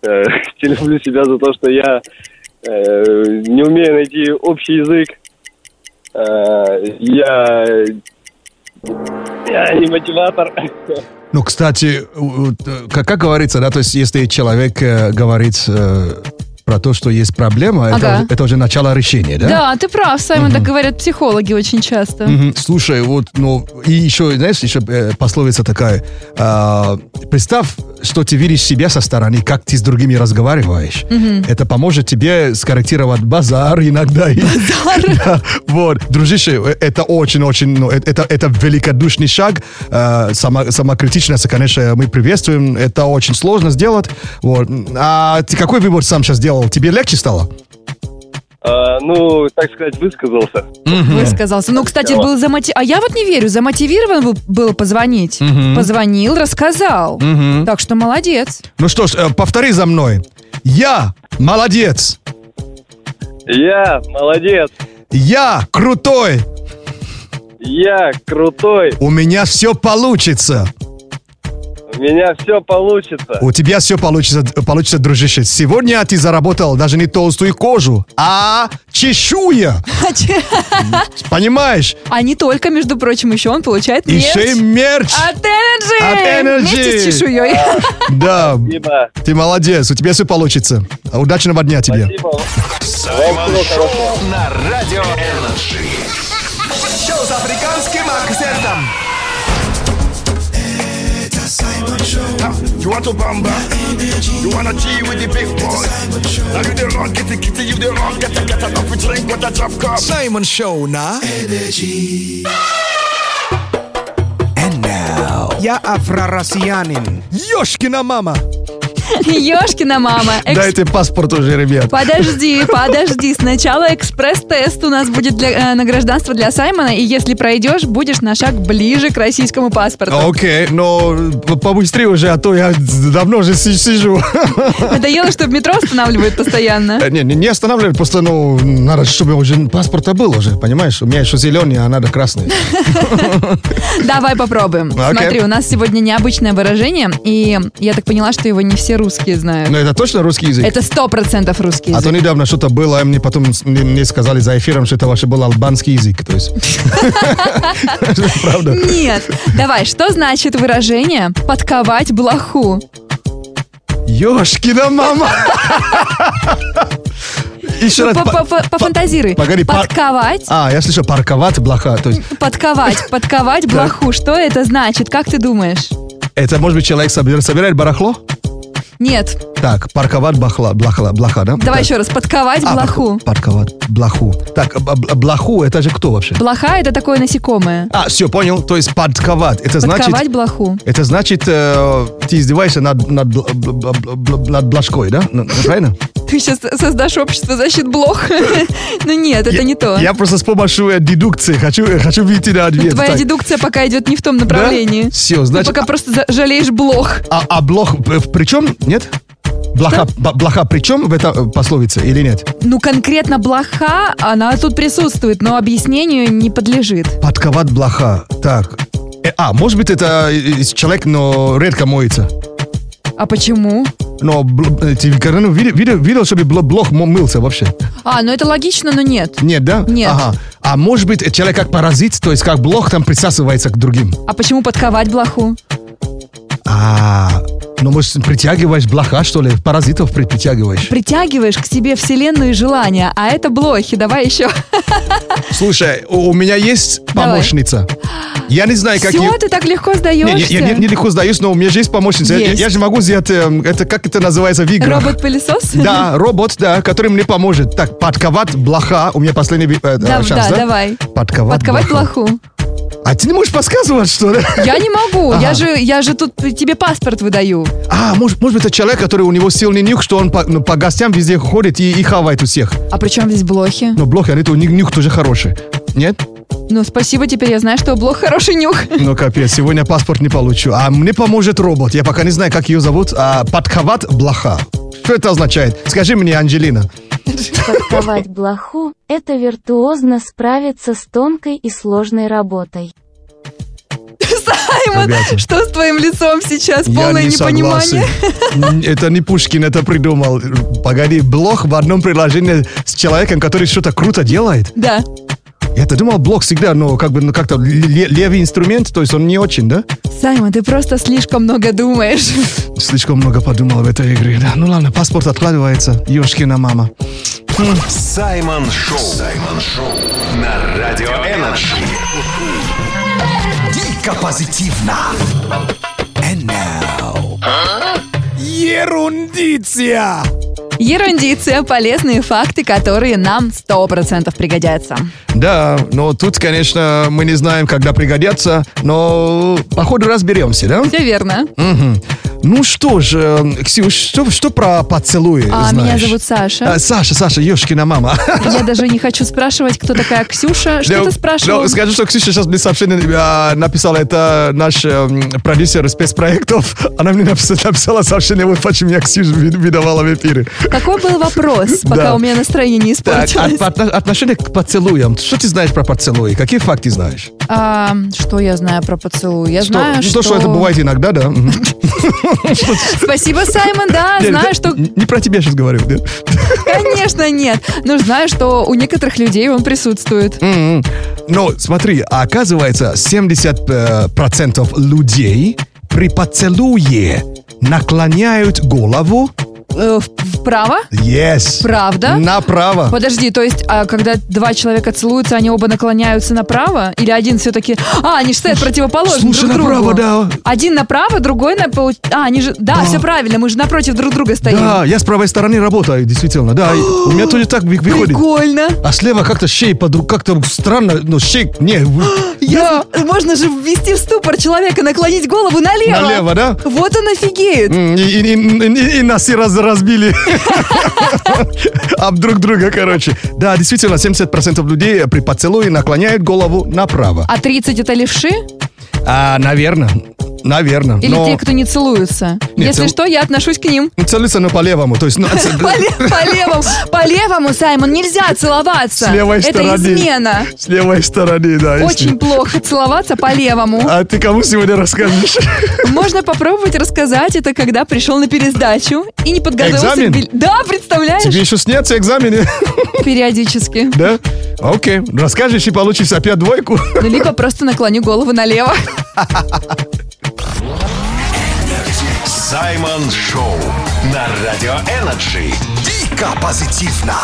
э, не люблю себя за то, что я э, не умею найти общий язык. Э, Я, я не мотиватор.
Ну, кстати, у- у- как, как говорится, да, то есть если человек э, говорит э, про то, что есть проблема,
Ага.
это, это уже начало решения, да?
Да, ты прав, Саймон, так говорят психологи очень часто.
Мгм. Слушай, вот, ну, и еще, знаешь, еще э, пословица такая. а, представь, что ты видишь себя со стороны, как ты с другими разговариваешь. Это поможет тебе скорректировать базар иногда. и- Да, вот, дружище, э, это очень-очень, ну, э, это, это великодушный шаг. Э, сама- самокритичность, конечно, мы приветствуем. Это очень сложно сделать. Вот. А ты какой выбор сам сейчас сделал? Тебе легче стало?
Э, Ну, так сказать, высказался.
Высказался. Ну, кстати, был замотивирован. А я вот не верю, замотивирован был, был позвонить. Позвонил, рассказал. Так что молодец.
Ну что ж, э, повтори за мной. Я молодец.
Я молодец.
Я крутой.
Я крутой.
У меня все получится.
У меня все получится.
У тебя все получится, получится, дружище. Сегодня ты заработал даже не толстую кожу, а чешуя. Понимаешь?
А не только, между прочим, еще он получает мерч. А.
Еще и мерч.
От Energy!
От Energy!
Вместе с чешуей.
Да.
Спасибо.
Ты молодец, у тебя все получится. А Удачного дня тебе.
Спасибо.
Саймон Шоу на Радио Энерджи.
Шоу с африканским акцентом. Это Саймон Шоу.
You want to bamba? You wanna G with the big boy? Now you the wrong, get the kitty, you the wrong, get the get the up, we drink with the drop cup.
Саймон Шоу на Energy. And now. Я афро-россиянин.
Ёшкина мама.
Ёшкина мама. Экс-
Дайте паспорт уже, ребят.
Подожди, подожди. Сначала экспресс-тест у нас будет для, э, на гражданство для Саймона, и если пройдешь, будешь на шаг ближе к российскому паспорту.
Окей, но п- побыстрее уже, а то я давно уже си- сижу.
Надоело, что в метро останавливают постоянно.
Э, Не, не, не останавливай, просто, ну, надо, чтобы уже паспорта был уже, понимаешь? У меня еще зеленый, а надо красный.
Давай попробуем.
Окей.
Смотри, у нас сегодня необычное выражение, и я так поняла, что его не все русские знают.
Но это точно русский язык?
Это сто процентов русский
Ну, А то
язык.
недавно что-то было, а мне потом с- мне, мне сказали за эфиром, что это вообще был албанский язык. То есть, правда?
Нет. Давай, что значит выражение «подковать блоху»?
Ёшкина мама! Еще раз.
Ну, По-
па-
по- Пофантазируй.
Погоди, пар-
Подковать.
А, я слышал, парковать блоха. То есть,
Подковать, подковать блоху. Что это значит? Как ты думаешь?
это, может быть, человек собер- собирает барахло?
Нет.
Так, парковать бахла, блохла, блоха, да?
Давай
Так.
еще раз. Подковать
А,
блоху.
пар- Парковать блоху. Так, б- б- блоху, это же кто вообще?
Блоха это такое насекомое.
А, все, понял. То есть подковать. Это
Подковать
значит...
блоху.
Это значит, э, ты издеваешься над, над, бл- бл- бл- бл- бл- над блажкой, да? Ну, Правильно?
Ты сейчас создашь общество защит блох. Ну нет, это не то.
Я просто с помощью э, дедукции хочу, э, хочу выйти на
Ну,
ответ.
Твоя
Так,
дедукция пока идет не в том направлении.
Да? Всё, значит-
Ты пока просто за- жалеешь блох.
А, а блох э, причем? Нет? Блоха, б- блоха причем в этой пословице или нет?
Ну, конкретно блоха, она тут присутствует, но объяснению не подлежит.
Подковать блоха. Так. Э, А, может быть, это э, э, человек, но редко моется.
А почему?
Но бл- э, эти Карен видел, видел, ну, видел, чтобы бл- блох мо- мылся вообще?
А, ну это логично, но нет.
Нет, да?
Нет.
Ага. А может быть, человек как паразит, то есть как блох там присасывается к другим.
А почему подковать блоху?
А, ну может притягиваешь блоха, что ли? Паразитов при- притягиваешь.
Притягиваешь к себе вселенную и желания, а это блохи, давай еще.
Слушай, у у меня есть
Давай.
помощница. Я не знаю, как...
Все,
её-
ты так легко
Не, я-
сдаешься.
я не, не легко сдаюсь, но у меня же есть помощница. Я- Я,
Есть.
я же могу взять, эм, это как это называется в играх?
Робот-пылесос?
Да, робот, да, который мне поможет. Так, подковать блоха. У меня последний би- э, э,
Да,
шанс,
да,
да?
давай.
Подковать,
Подковать
блоха.
блоху.
А ты не можешь подсказывать, что ли?
Я не могу, я
Ага.
же я же тут тебе паспорт выдаю.
А, может, может быть, это человек, который у него сильный нюх, что он по, ну, по гостям везде ходит и, и хавает у всех.
А при чем здесь блохи?
Но блохи, они, у них нюх тоже хороший. Нет?
Ну, спасибо, теперь я знаю, что у блох хороший нюх.
Ну, капец, сегодня паспорт не получу. А мне поможет робот. Я пока не знаю, как ее зовут. А, подковат блоха. Что это означает? Скажи мне, Анжелина.
Подковать блоху – это виртуозно справиться с тонкой и сложной работой.
Саймон,
Ребята.
что с твоим лицом сейчас? Полное
Я не
непонимание.
согласен. Н- Это не Пушкин это придумал. Погоди, блох в одном приложении с человеком, который что-то круто делает.
Да.
Я-то думал, блох всегда, ну, как бы, ну, как-то ле- левый инструмент, то есть он не очень, да?
Саймон, ты просто слишком много думаешь.
Слишком много подумал в этой игре, да. Ну ладно, паспорт откладывается. Ёшкина мама.
Саймон Шоу. Саймон Шоу. На Радио Энерджи.
Дико позитивно. And now. Ерундиция.
Ерундиция, полезные факты, которые нам 100% пригодятся.
Да, но тут, конечно, мы не знаем, когда пригодятся, но походу разберемся, да?
Все верно.
Мгм. Ну что ж, э, Ксюш, что, что про поцелуи
А,
знаешь?
меня зовут Саша.
А, Саша, Саша, ёшкина мама.
Я даже не хочу спрашивать, кто такая Ксюша.
Да,
Что ты спрашивал?
да, скажу, что Ксюша сейчас мне сообщение а, написала, это наш эм, продюсер спецпроектов. Она мне написала, написала сообщение, вот почему я Ксюшу ви- видовала в эфире.
Какой был вопрос, пока
Да.
у меня настроение не
Так,
испортилось?
от- отно- отношение к поцелуям. Что ты знаешь про поцелуи? Какие факты знаешь?
А, что я знаю про поцелуй? Я
Что-
знаю,
ну,
что...
То, что это бывает иногда, да? Мгм.
Спасибо, Саймон, да,
Нет,
знаю,
это-
что...
Не про тебя сейчас говорю. да.
Конечно, нет. Но знаю, что у некоторых людей он присутствует.
Мгм. Но смотри, а оказывается, 70% людей при поцелуе наклоняют голову
Э, в- Вправо?
Yes.
Правда?
Направо.
Подожди, то есть, а когда два человека целуются, они оба наклоняются направо? Или один все-таки... А, они же стоят противоположно
Слушай,
друг другу.
направо, да.
Один направо, другой на... пол- А, они же... Да, все правильно, мы же напротив друг друга стоим.
Да, я с правой стороны работаю, действительно, да. И у меня тоже так ви- выходит.
Прикольно.
А слева как-то шей подруг, как-то странно, но шей, не, в-
Я... Можно же ввести в ступор человека, наклонить голову налево.
налево, да?
Вот он офигеет.
М, И, и- и- и- и нас и раз- разбили об друг друга, короче. Да, действительно, 70% людей при поцелуе наклоняют голову направо.
А 30 это левши?
А, наверное, наверное.
Или те, кто не целуются?
Не,
Если
цел-
что, я отношусь к ним.
Целуются, но по-левому, то есть... ну,
По, ле- по левому, по левому, Саймон, нельзя целоваться.
С левой
это
стороны.
измена.
С левой стороны, да. если-
Очень плохо целоваться по левому.
А ты кому сегодня расскажешь?
Можно попробовать рассказать это, когда пришел на пересдачу и не подготовился
Экзамен?
к бил- Да, представляешь?
Тебе еще снятся экзамены,
Периодически.
да? Окей, расскажешь и получишь опять двойку.
Ну, либо просто наклоню голову налево.
Саймон Шоу. На Радио Энерджи.
Дико позитивно.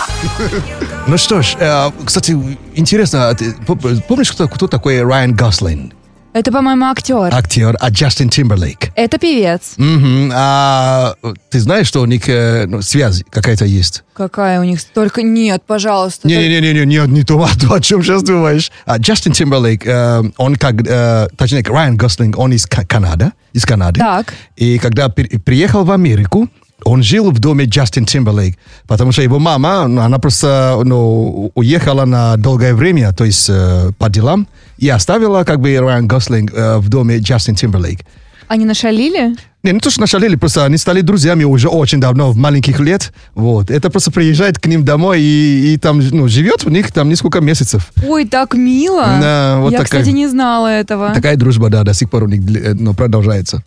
Ну что ж, э, кстати, интересно, а ты пом- помнишь, кто, кто такой Райан Гослин?
Это, по-моему, актер.
Актер, а Джастин Тимберлейк.
Это певец.
Мгм, а ты знаешь, что у них э, ну, связь какая-то есть?
Какая у них... Только нет, пожалуйста.
Не-не-не, не, не то, а то, о чем сейчас думаешь. А Джастин Тимберлейк, э, он как, э, точнее, Райан Гослинг, он из Ка- Канады, из Канады.
Так.
И когда пер- приехал в Америку, он жил в доме Джастин Тимберлейк, потому что его мама, ну, она просто ну, уехала на долгое время, то есть э, по делам, и оставила как бы Райан Гослинг э, в доме Джастин Тимберлейк.
Они нашалили?
Не, не то, что нашалили, просто они стали друзьями уже очень давно, в маленьких лет. Вот. Это просто приезжает к ним домой и, и там ну, живет у них там несколько месяцев.
Ой, так мило.
Да, вот
Я,
такая-
кстати, не знала этого.
Такая дружба, да, до сих пор у них дли- э, ну, продолжается.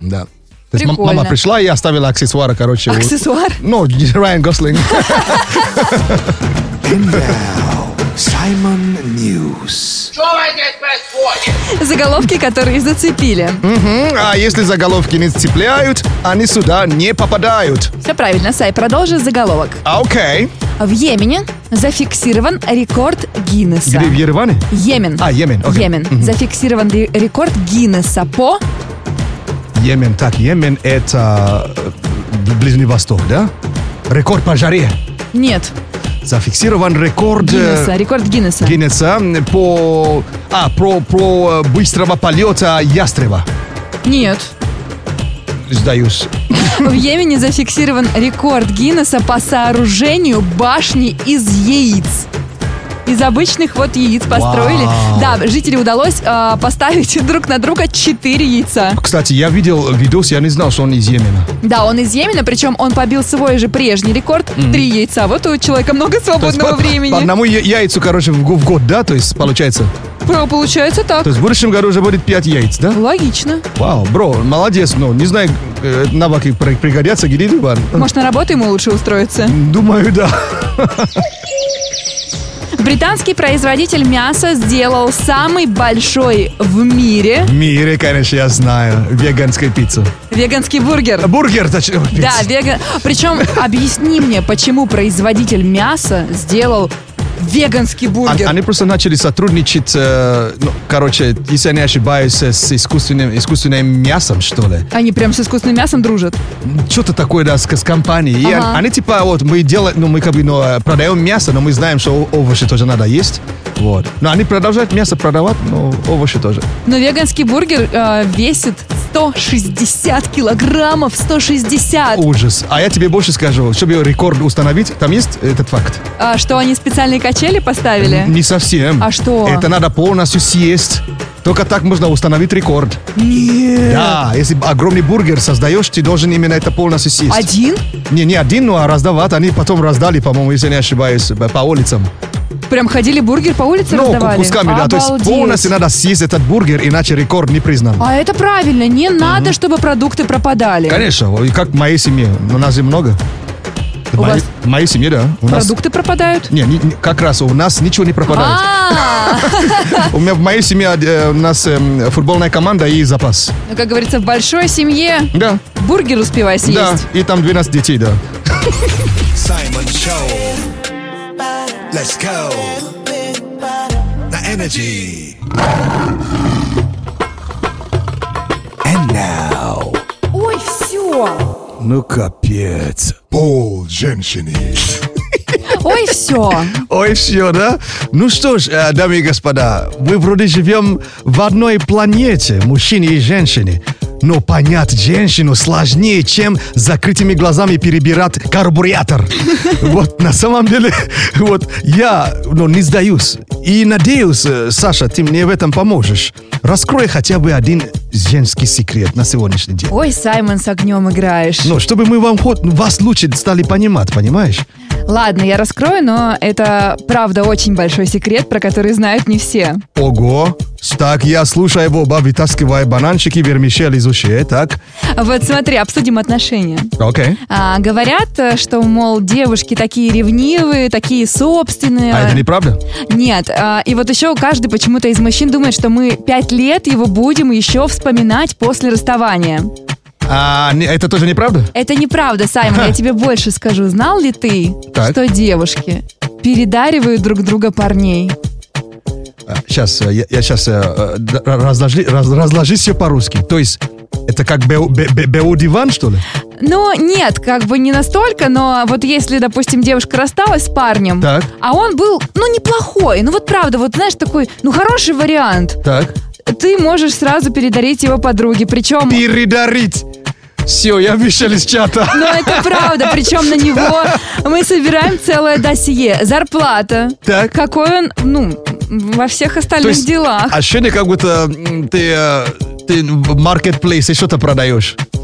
Да. То есть мам-
Прикольно.
мама пришла и оставила аксессуары, короче. у-
Аксессуар?
Ну, Райан Гослинг.
Саймон Ньюс.
Заголовки, которые зацепили.
Мгм. А если заголовки не цепляют, они сюда не попадают. А,
Все правильно, Сай, продолжи заголовок.
Окей.
В Йемене зафиксирован рекорд Гиннесса.
Где в Ереване?
Йемен.
А, Йемен, окей.
Йемен.
Мгм.
Зафиксирован ре- рекорд Гиннесса по...
Йемен. Так, Йемен это э, Ближний Восток, да? Рекорд по жаре.
Нет,
Зафиксирован рекорд... э,
Гиннесса, рекорд Гиннесса.
Гиннесса м, по... А, про, про э, быстрого полета ястреба.
Нет.
Сдаюсь.
В Йемене зафиксирован рекорд Гиннесса по сооружению башни из яиц. Из обычных вот яиц построили.
Вау.
Да, жителям удалось э, поставить друг на друга 4 яйца.
Кстати, я видел видос, я не знал, что он из Йемена.
Да, он из Йемена, причем он побил свой же прежний рекорд. Три яйца. Вот у человека много
То есть
свободного
по-
времени.
По одному я- яйцу, короче, в, го- в год, да? То есть получается.
Про- Получается так.
То есть в будущем году уже будет 5 яиц, да?
Логично.
Вау, бро, молодец, но не знаю, э, навыки при- пригодятся, Гири Дубан.
Может, на работу ему лучше устроиться?
Думаю, да.
Британский производитель мяса сделал самый большой в мире
В мире, конечно, я знаю. Веганская пицца.
веганский бургер.
Бургер, точнее. ой,
Да,
пицца.
веган. Причем объясни мне, почему производитель мяса сделал веганский бургер.
А- Они просто начали сотрудничать, э, ну, короче, если я не ошибаюсь, э, с искусственным, искусственным мясом, что ли.
Они прям с искусственным мясом дружат.
Что-то такое, да, с, с компанией. И
Ага.
они типа, вот, мы делаем, ну, мы как бы, ну, э, продаем мясо, но мы знаем, что о- овощи тоже надо есть. Вот. Но они продолжают мясо продавать, но овощи тоже.
Но веганский бургер э, весит 160 килограммов, 160.
Ужас. А я тебе больше скажу, чтобы рекорд установить, там есть этот факт?
А что, они специальные качели поставили?
Не совсем.
А что?
Это надо полностью съесть. Только так можно установить рекорд.
Нет.
Да, если огромный бургер создаешь, ты должен именно это полностью съесть.
Один?
Не, не один, ну а раздавать. Они потом раздали, по-моему, если не ошибаюсь, б- по улицам.
Прям ходили бургер по улице
ну,
раздавали?
кусками, да. То есть
Обалдеть.
полностью надо съесть этот бургер, иначе рекорд не признан.
А это правильно, не надо, чтобы продукты пропадали.
Конечно, вот и как в моей семье. У нас же много.
У
Мои-
вас
В моей семье, да. У нас...
Продукты пропадают?
Не, не- не, как раз у нас ничего не пропадает.
А,
У меня в моей семье э, у нас эм, футбольная команда и запас.
ну, как говорится, в большой семье
Да,
бургер успевай
да.
съесть.
И там 12 детей, да.
Саймон Шоу. Let's go. На Energy. And now.
Ой, все.
Ну капец. Пол женщины.
Ой, все.
Ой, все, да? Ну что ж, э, дамы и господа, мы вроде живем в одной планете, мужчины и женщины. Но понять женщину сложнее, чем закрытыми глазами перебирать карбуратор. Вот на самом деле, вот я ну, не сдаюсь. И надеюсь, э, Саша, ты мне в этом поможешь. Раскрой хотя бы один женский секрет на сегодняшний день.
Ой, Саймон, с огнем играешь.
Ну, чтобы мы вам хоть вас лучше стали понимать, понимаешь?
Ладно, я раскрою, но это правда очень большой секрет, про который знают не все.
Ого! Так, я слушаю Боба, вытаскивая бананчики, вермишель из ушей, так?
Вот смотри, обсудим отношения.
Окей.
А, говорят, э, что, мол, девушки такие ревнивые, такие собственные.
А это неправда?
Нет, а, и вот еще каждый почему-то из мужчин думает, что мы пять лет его будем еще вспоминать после расставания.
А, не- это тоже неправда?
Это неправда, Саймон, я тебе больше скажу. Знал ли ты,
Так.
что девушки передаривают друг друга парней?
Сейчас, А, э, я, сейчас разложи, раз- разложи все по-русски. То есть, это как беу, бе- бе- беу диван, что ли?
Ну, нет, как бы не настолько, но вот если, допустим, девушка рассталась с парнем,
Так.
а он был, ну, неплохой, ну, вот правда, вот, знаешь, такой, ну, хороший вариант,
Так.
ты можешь сразу передарить его подруге, ну, причем...
Передарить! Все, я вышел из чата.
Ну, это правда, причем на него мы собираем целое досье. Зарплата.
Так.
Какой он, ну, во всех
То
остальных
есть, а
делах.
Ощущение, как будто м, ты, э, ты в маркетплейсе что-то продаешь.
Ну,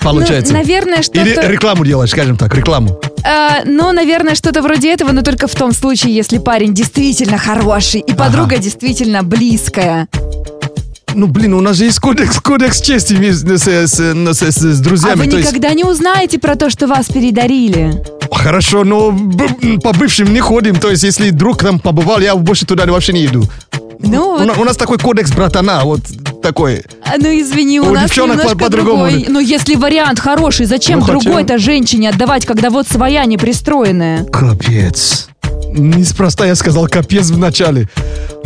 Получается.
наверное,
Или
что-то...
рекламу делаешь, скажем так, рекламу.
э, ну, наверное, что-то вроде этого, но только в том А случае, если парень действительно хороший и подруга действительно близкая.
ну, блин, у нас же есть кодекс, кодекс чести ми- с, с- с- с- с друзьями.
А вы
то есть-
никогда не узнаете про то, что вас передарили.
Хорошо, но б- по бывшим не ходим. То есть, если друг там побывал, я больше туда вообще не иду.
Ну,
У,
вот-
на- у нас такой кодекс братана, вот такой.
А, Ну, извини, у,
У
нас
девчонок
немножко
по- по-другому
другой.
будет.
Но если вариант хороший, зачем
Ну, хотя-
другой-то женщине отдавать, когда вот своя непристроенная?
Капец. Неспроста я сказал капец в начале.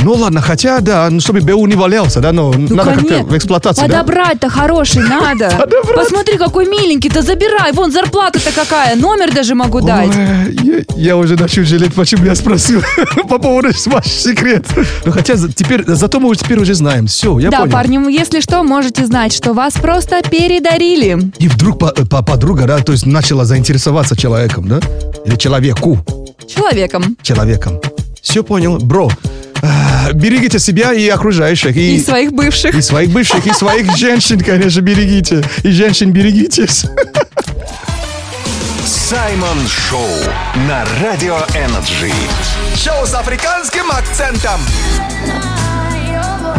Ну ладно, хотя, да, ну, чтобы БУ не валялся, да, но надо как-то
Ну, конечно.
в эксплуатации, да?
Подобрать-то хороший надо. Посмотри, какой миленький-то, забирай. Вон, зарплата-то какая, номер даже могу дать.
Ой, я, я уже начал жалеть, почему я спросил по поводу ваш секрет. Ну хотя за- теперь, зато мы уже теперь уже знаем. Все, я
да,
понял.
парни, если что, можете знать, что вас просто передарили.
И вдруг по- э, по- подруга, да, то есть начала заинтересоваться человеком, да? Или человеку,
Человеком.
человеком. Все понял, бро. А, Берегите себя и окружающих.
И своих бывших.
И своих бывших, и своих женщин, конечно, берегите. И женщин берегитесь.
Саймон Шоу на Радио Энерджи.
Шоу с африканским акцентом.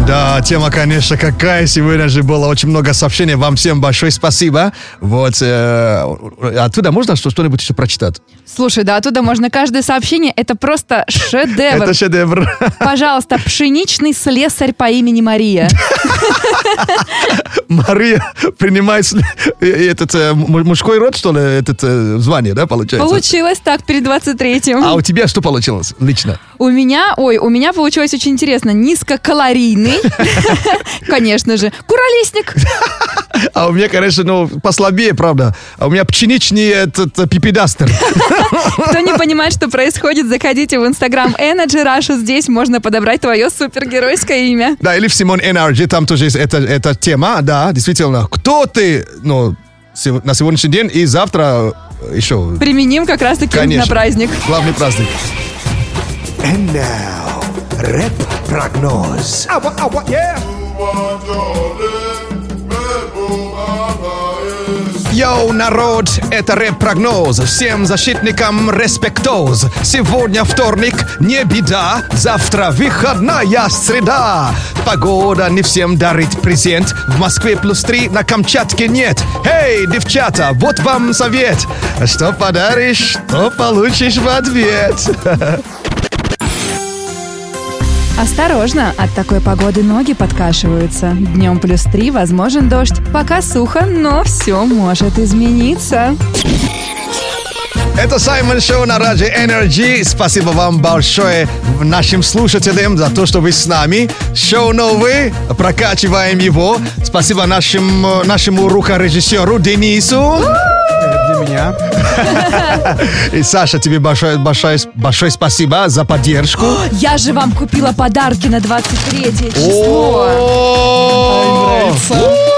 Да, тема, конечно, какая сегодня же было очень много сообщений. Вам всем большое спасибо. Вот э, оттуда можно что- что-нибудь еще прочитать?
Слушай, да, оттуда можно каждое сообщение. Это просто шедевр.
Это шедевр.
Пожалуйста, пшеничный слесарь по имени Мария.
Мария принимает сл- э, этот э, му- мужской род, что ли, этот э, звание, да, получается?
Получилось так перед 23-м.
А у тебя что получилось лично?
У меня, ой, у меня получилось очень интересно. Низкокалорийный, конечно же. Куролесник.
А у меня, конечно, ну, послабее, правда. А у меня пченичный этот э, пипедастер.
Кто не понимает, что происходит, заходите в инстаграм Energy Russia. Здесь можно подобрать твое супергеройское имя.
Да, или в Симон Energy, там тоже есть эта, эта тема, да, действительно. Кто ты, ну, сего- на сегодняшний день и завтра э, еще,
Применим как раз-таки
конечно.
на праздник.
Главный праздник.
And now, рэп прогноз.
Йоу, народ, это рэп-прогноз. Всем защитникам респектоз. Сегодня вторник, не беда. Завтра выходная среда. Погода не всем дарит презент. В Москве плюс три, на Камчатке нет. Эй, девчата, вот вам совет. Что подаришь, то получишь в ответ.
Осторожно, от такой погоды ноги подкашиваются. Днем плюс три, возможен дождь. Пока сухо, но все может измениться.
Это Саймон Шоу на Радио Energy. Спасибо вам большое нашим слушателям за то, что вы с нами. Шоу новый, прокачиваем его. Спасибо нашим, э, нашему рукорежиссеру Денису.
Это для меня.
И Саша, тебе большое, большое, большое спасибо за поддержку.
Я же вам купила подарки на 23 число.
О! У-у-у!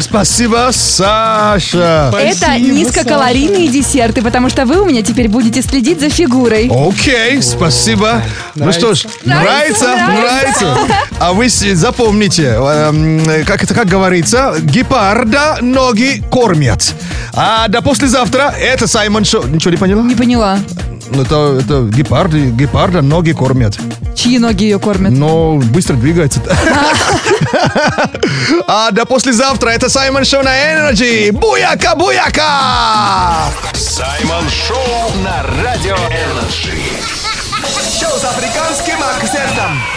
Спасибо, Саша.
Это низкокалорийные десерты, потому что вы у меня теперь будете следить за фигурой.
Окей, спасибо. Ну что ж, нравится,
Нравится,
нравится. А вы с- запомните, эм, как это как говорится, гепарда ноги кормят. А до послезавтра это Саймон Шоу. Ничего не поняла?
Не поняла,
Ну, Это, это гепарды, гепарда ноги кормят.
чьи ноги ее кормят.
Но быстро двигается. А до послезавтра это Саймон Шоу на Energy. Буяка, буяка!
Саймон Шоу на Радио Энерджи.
Шоу с африканским акцентом.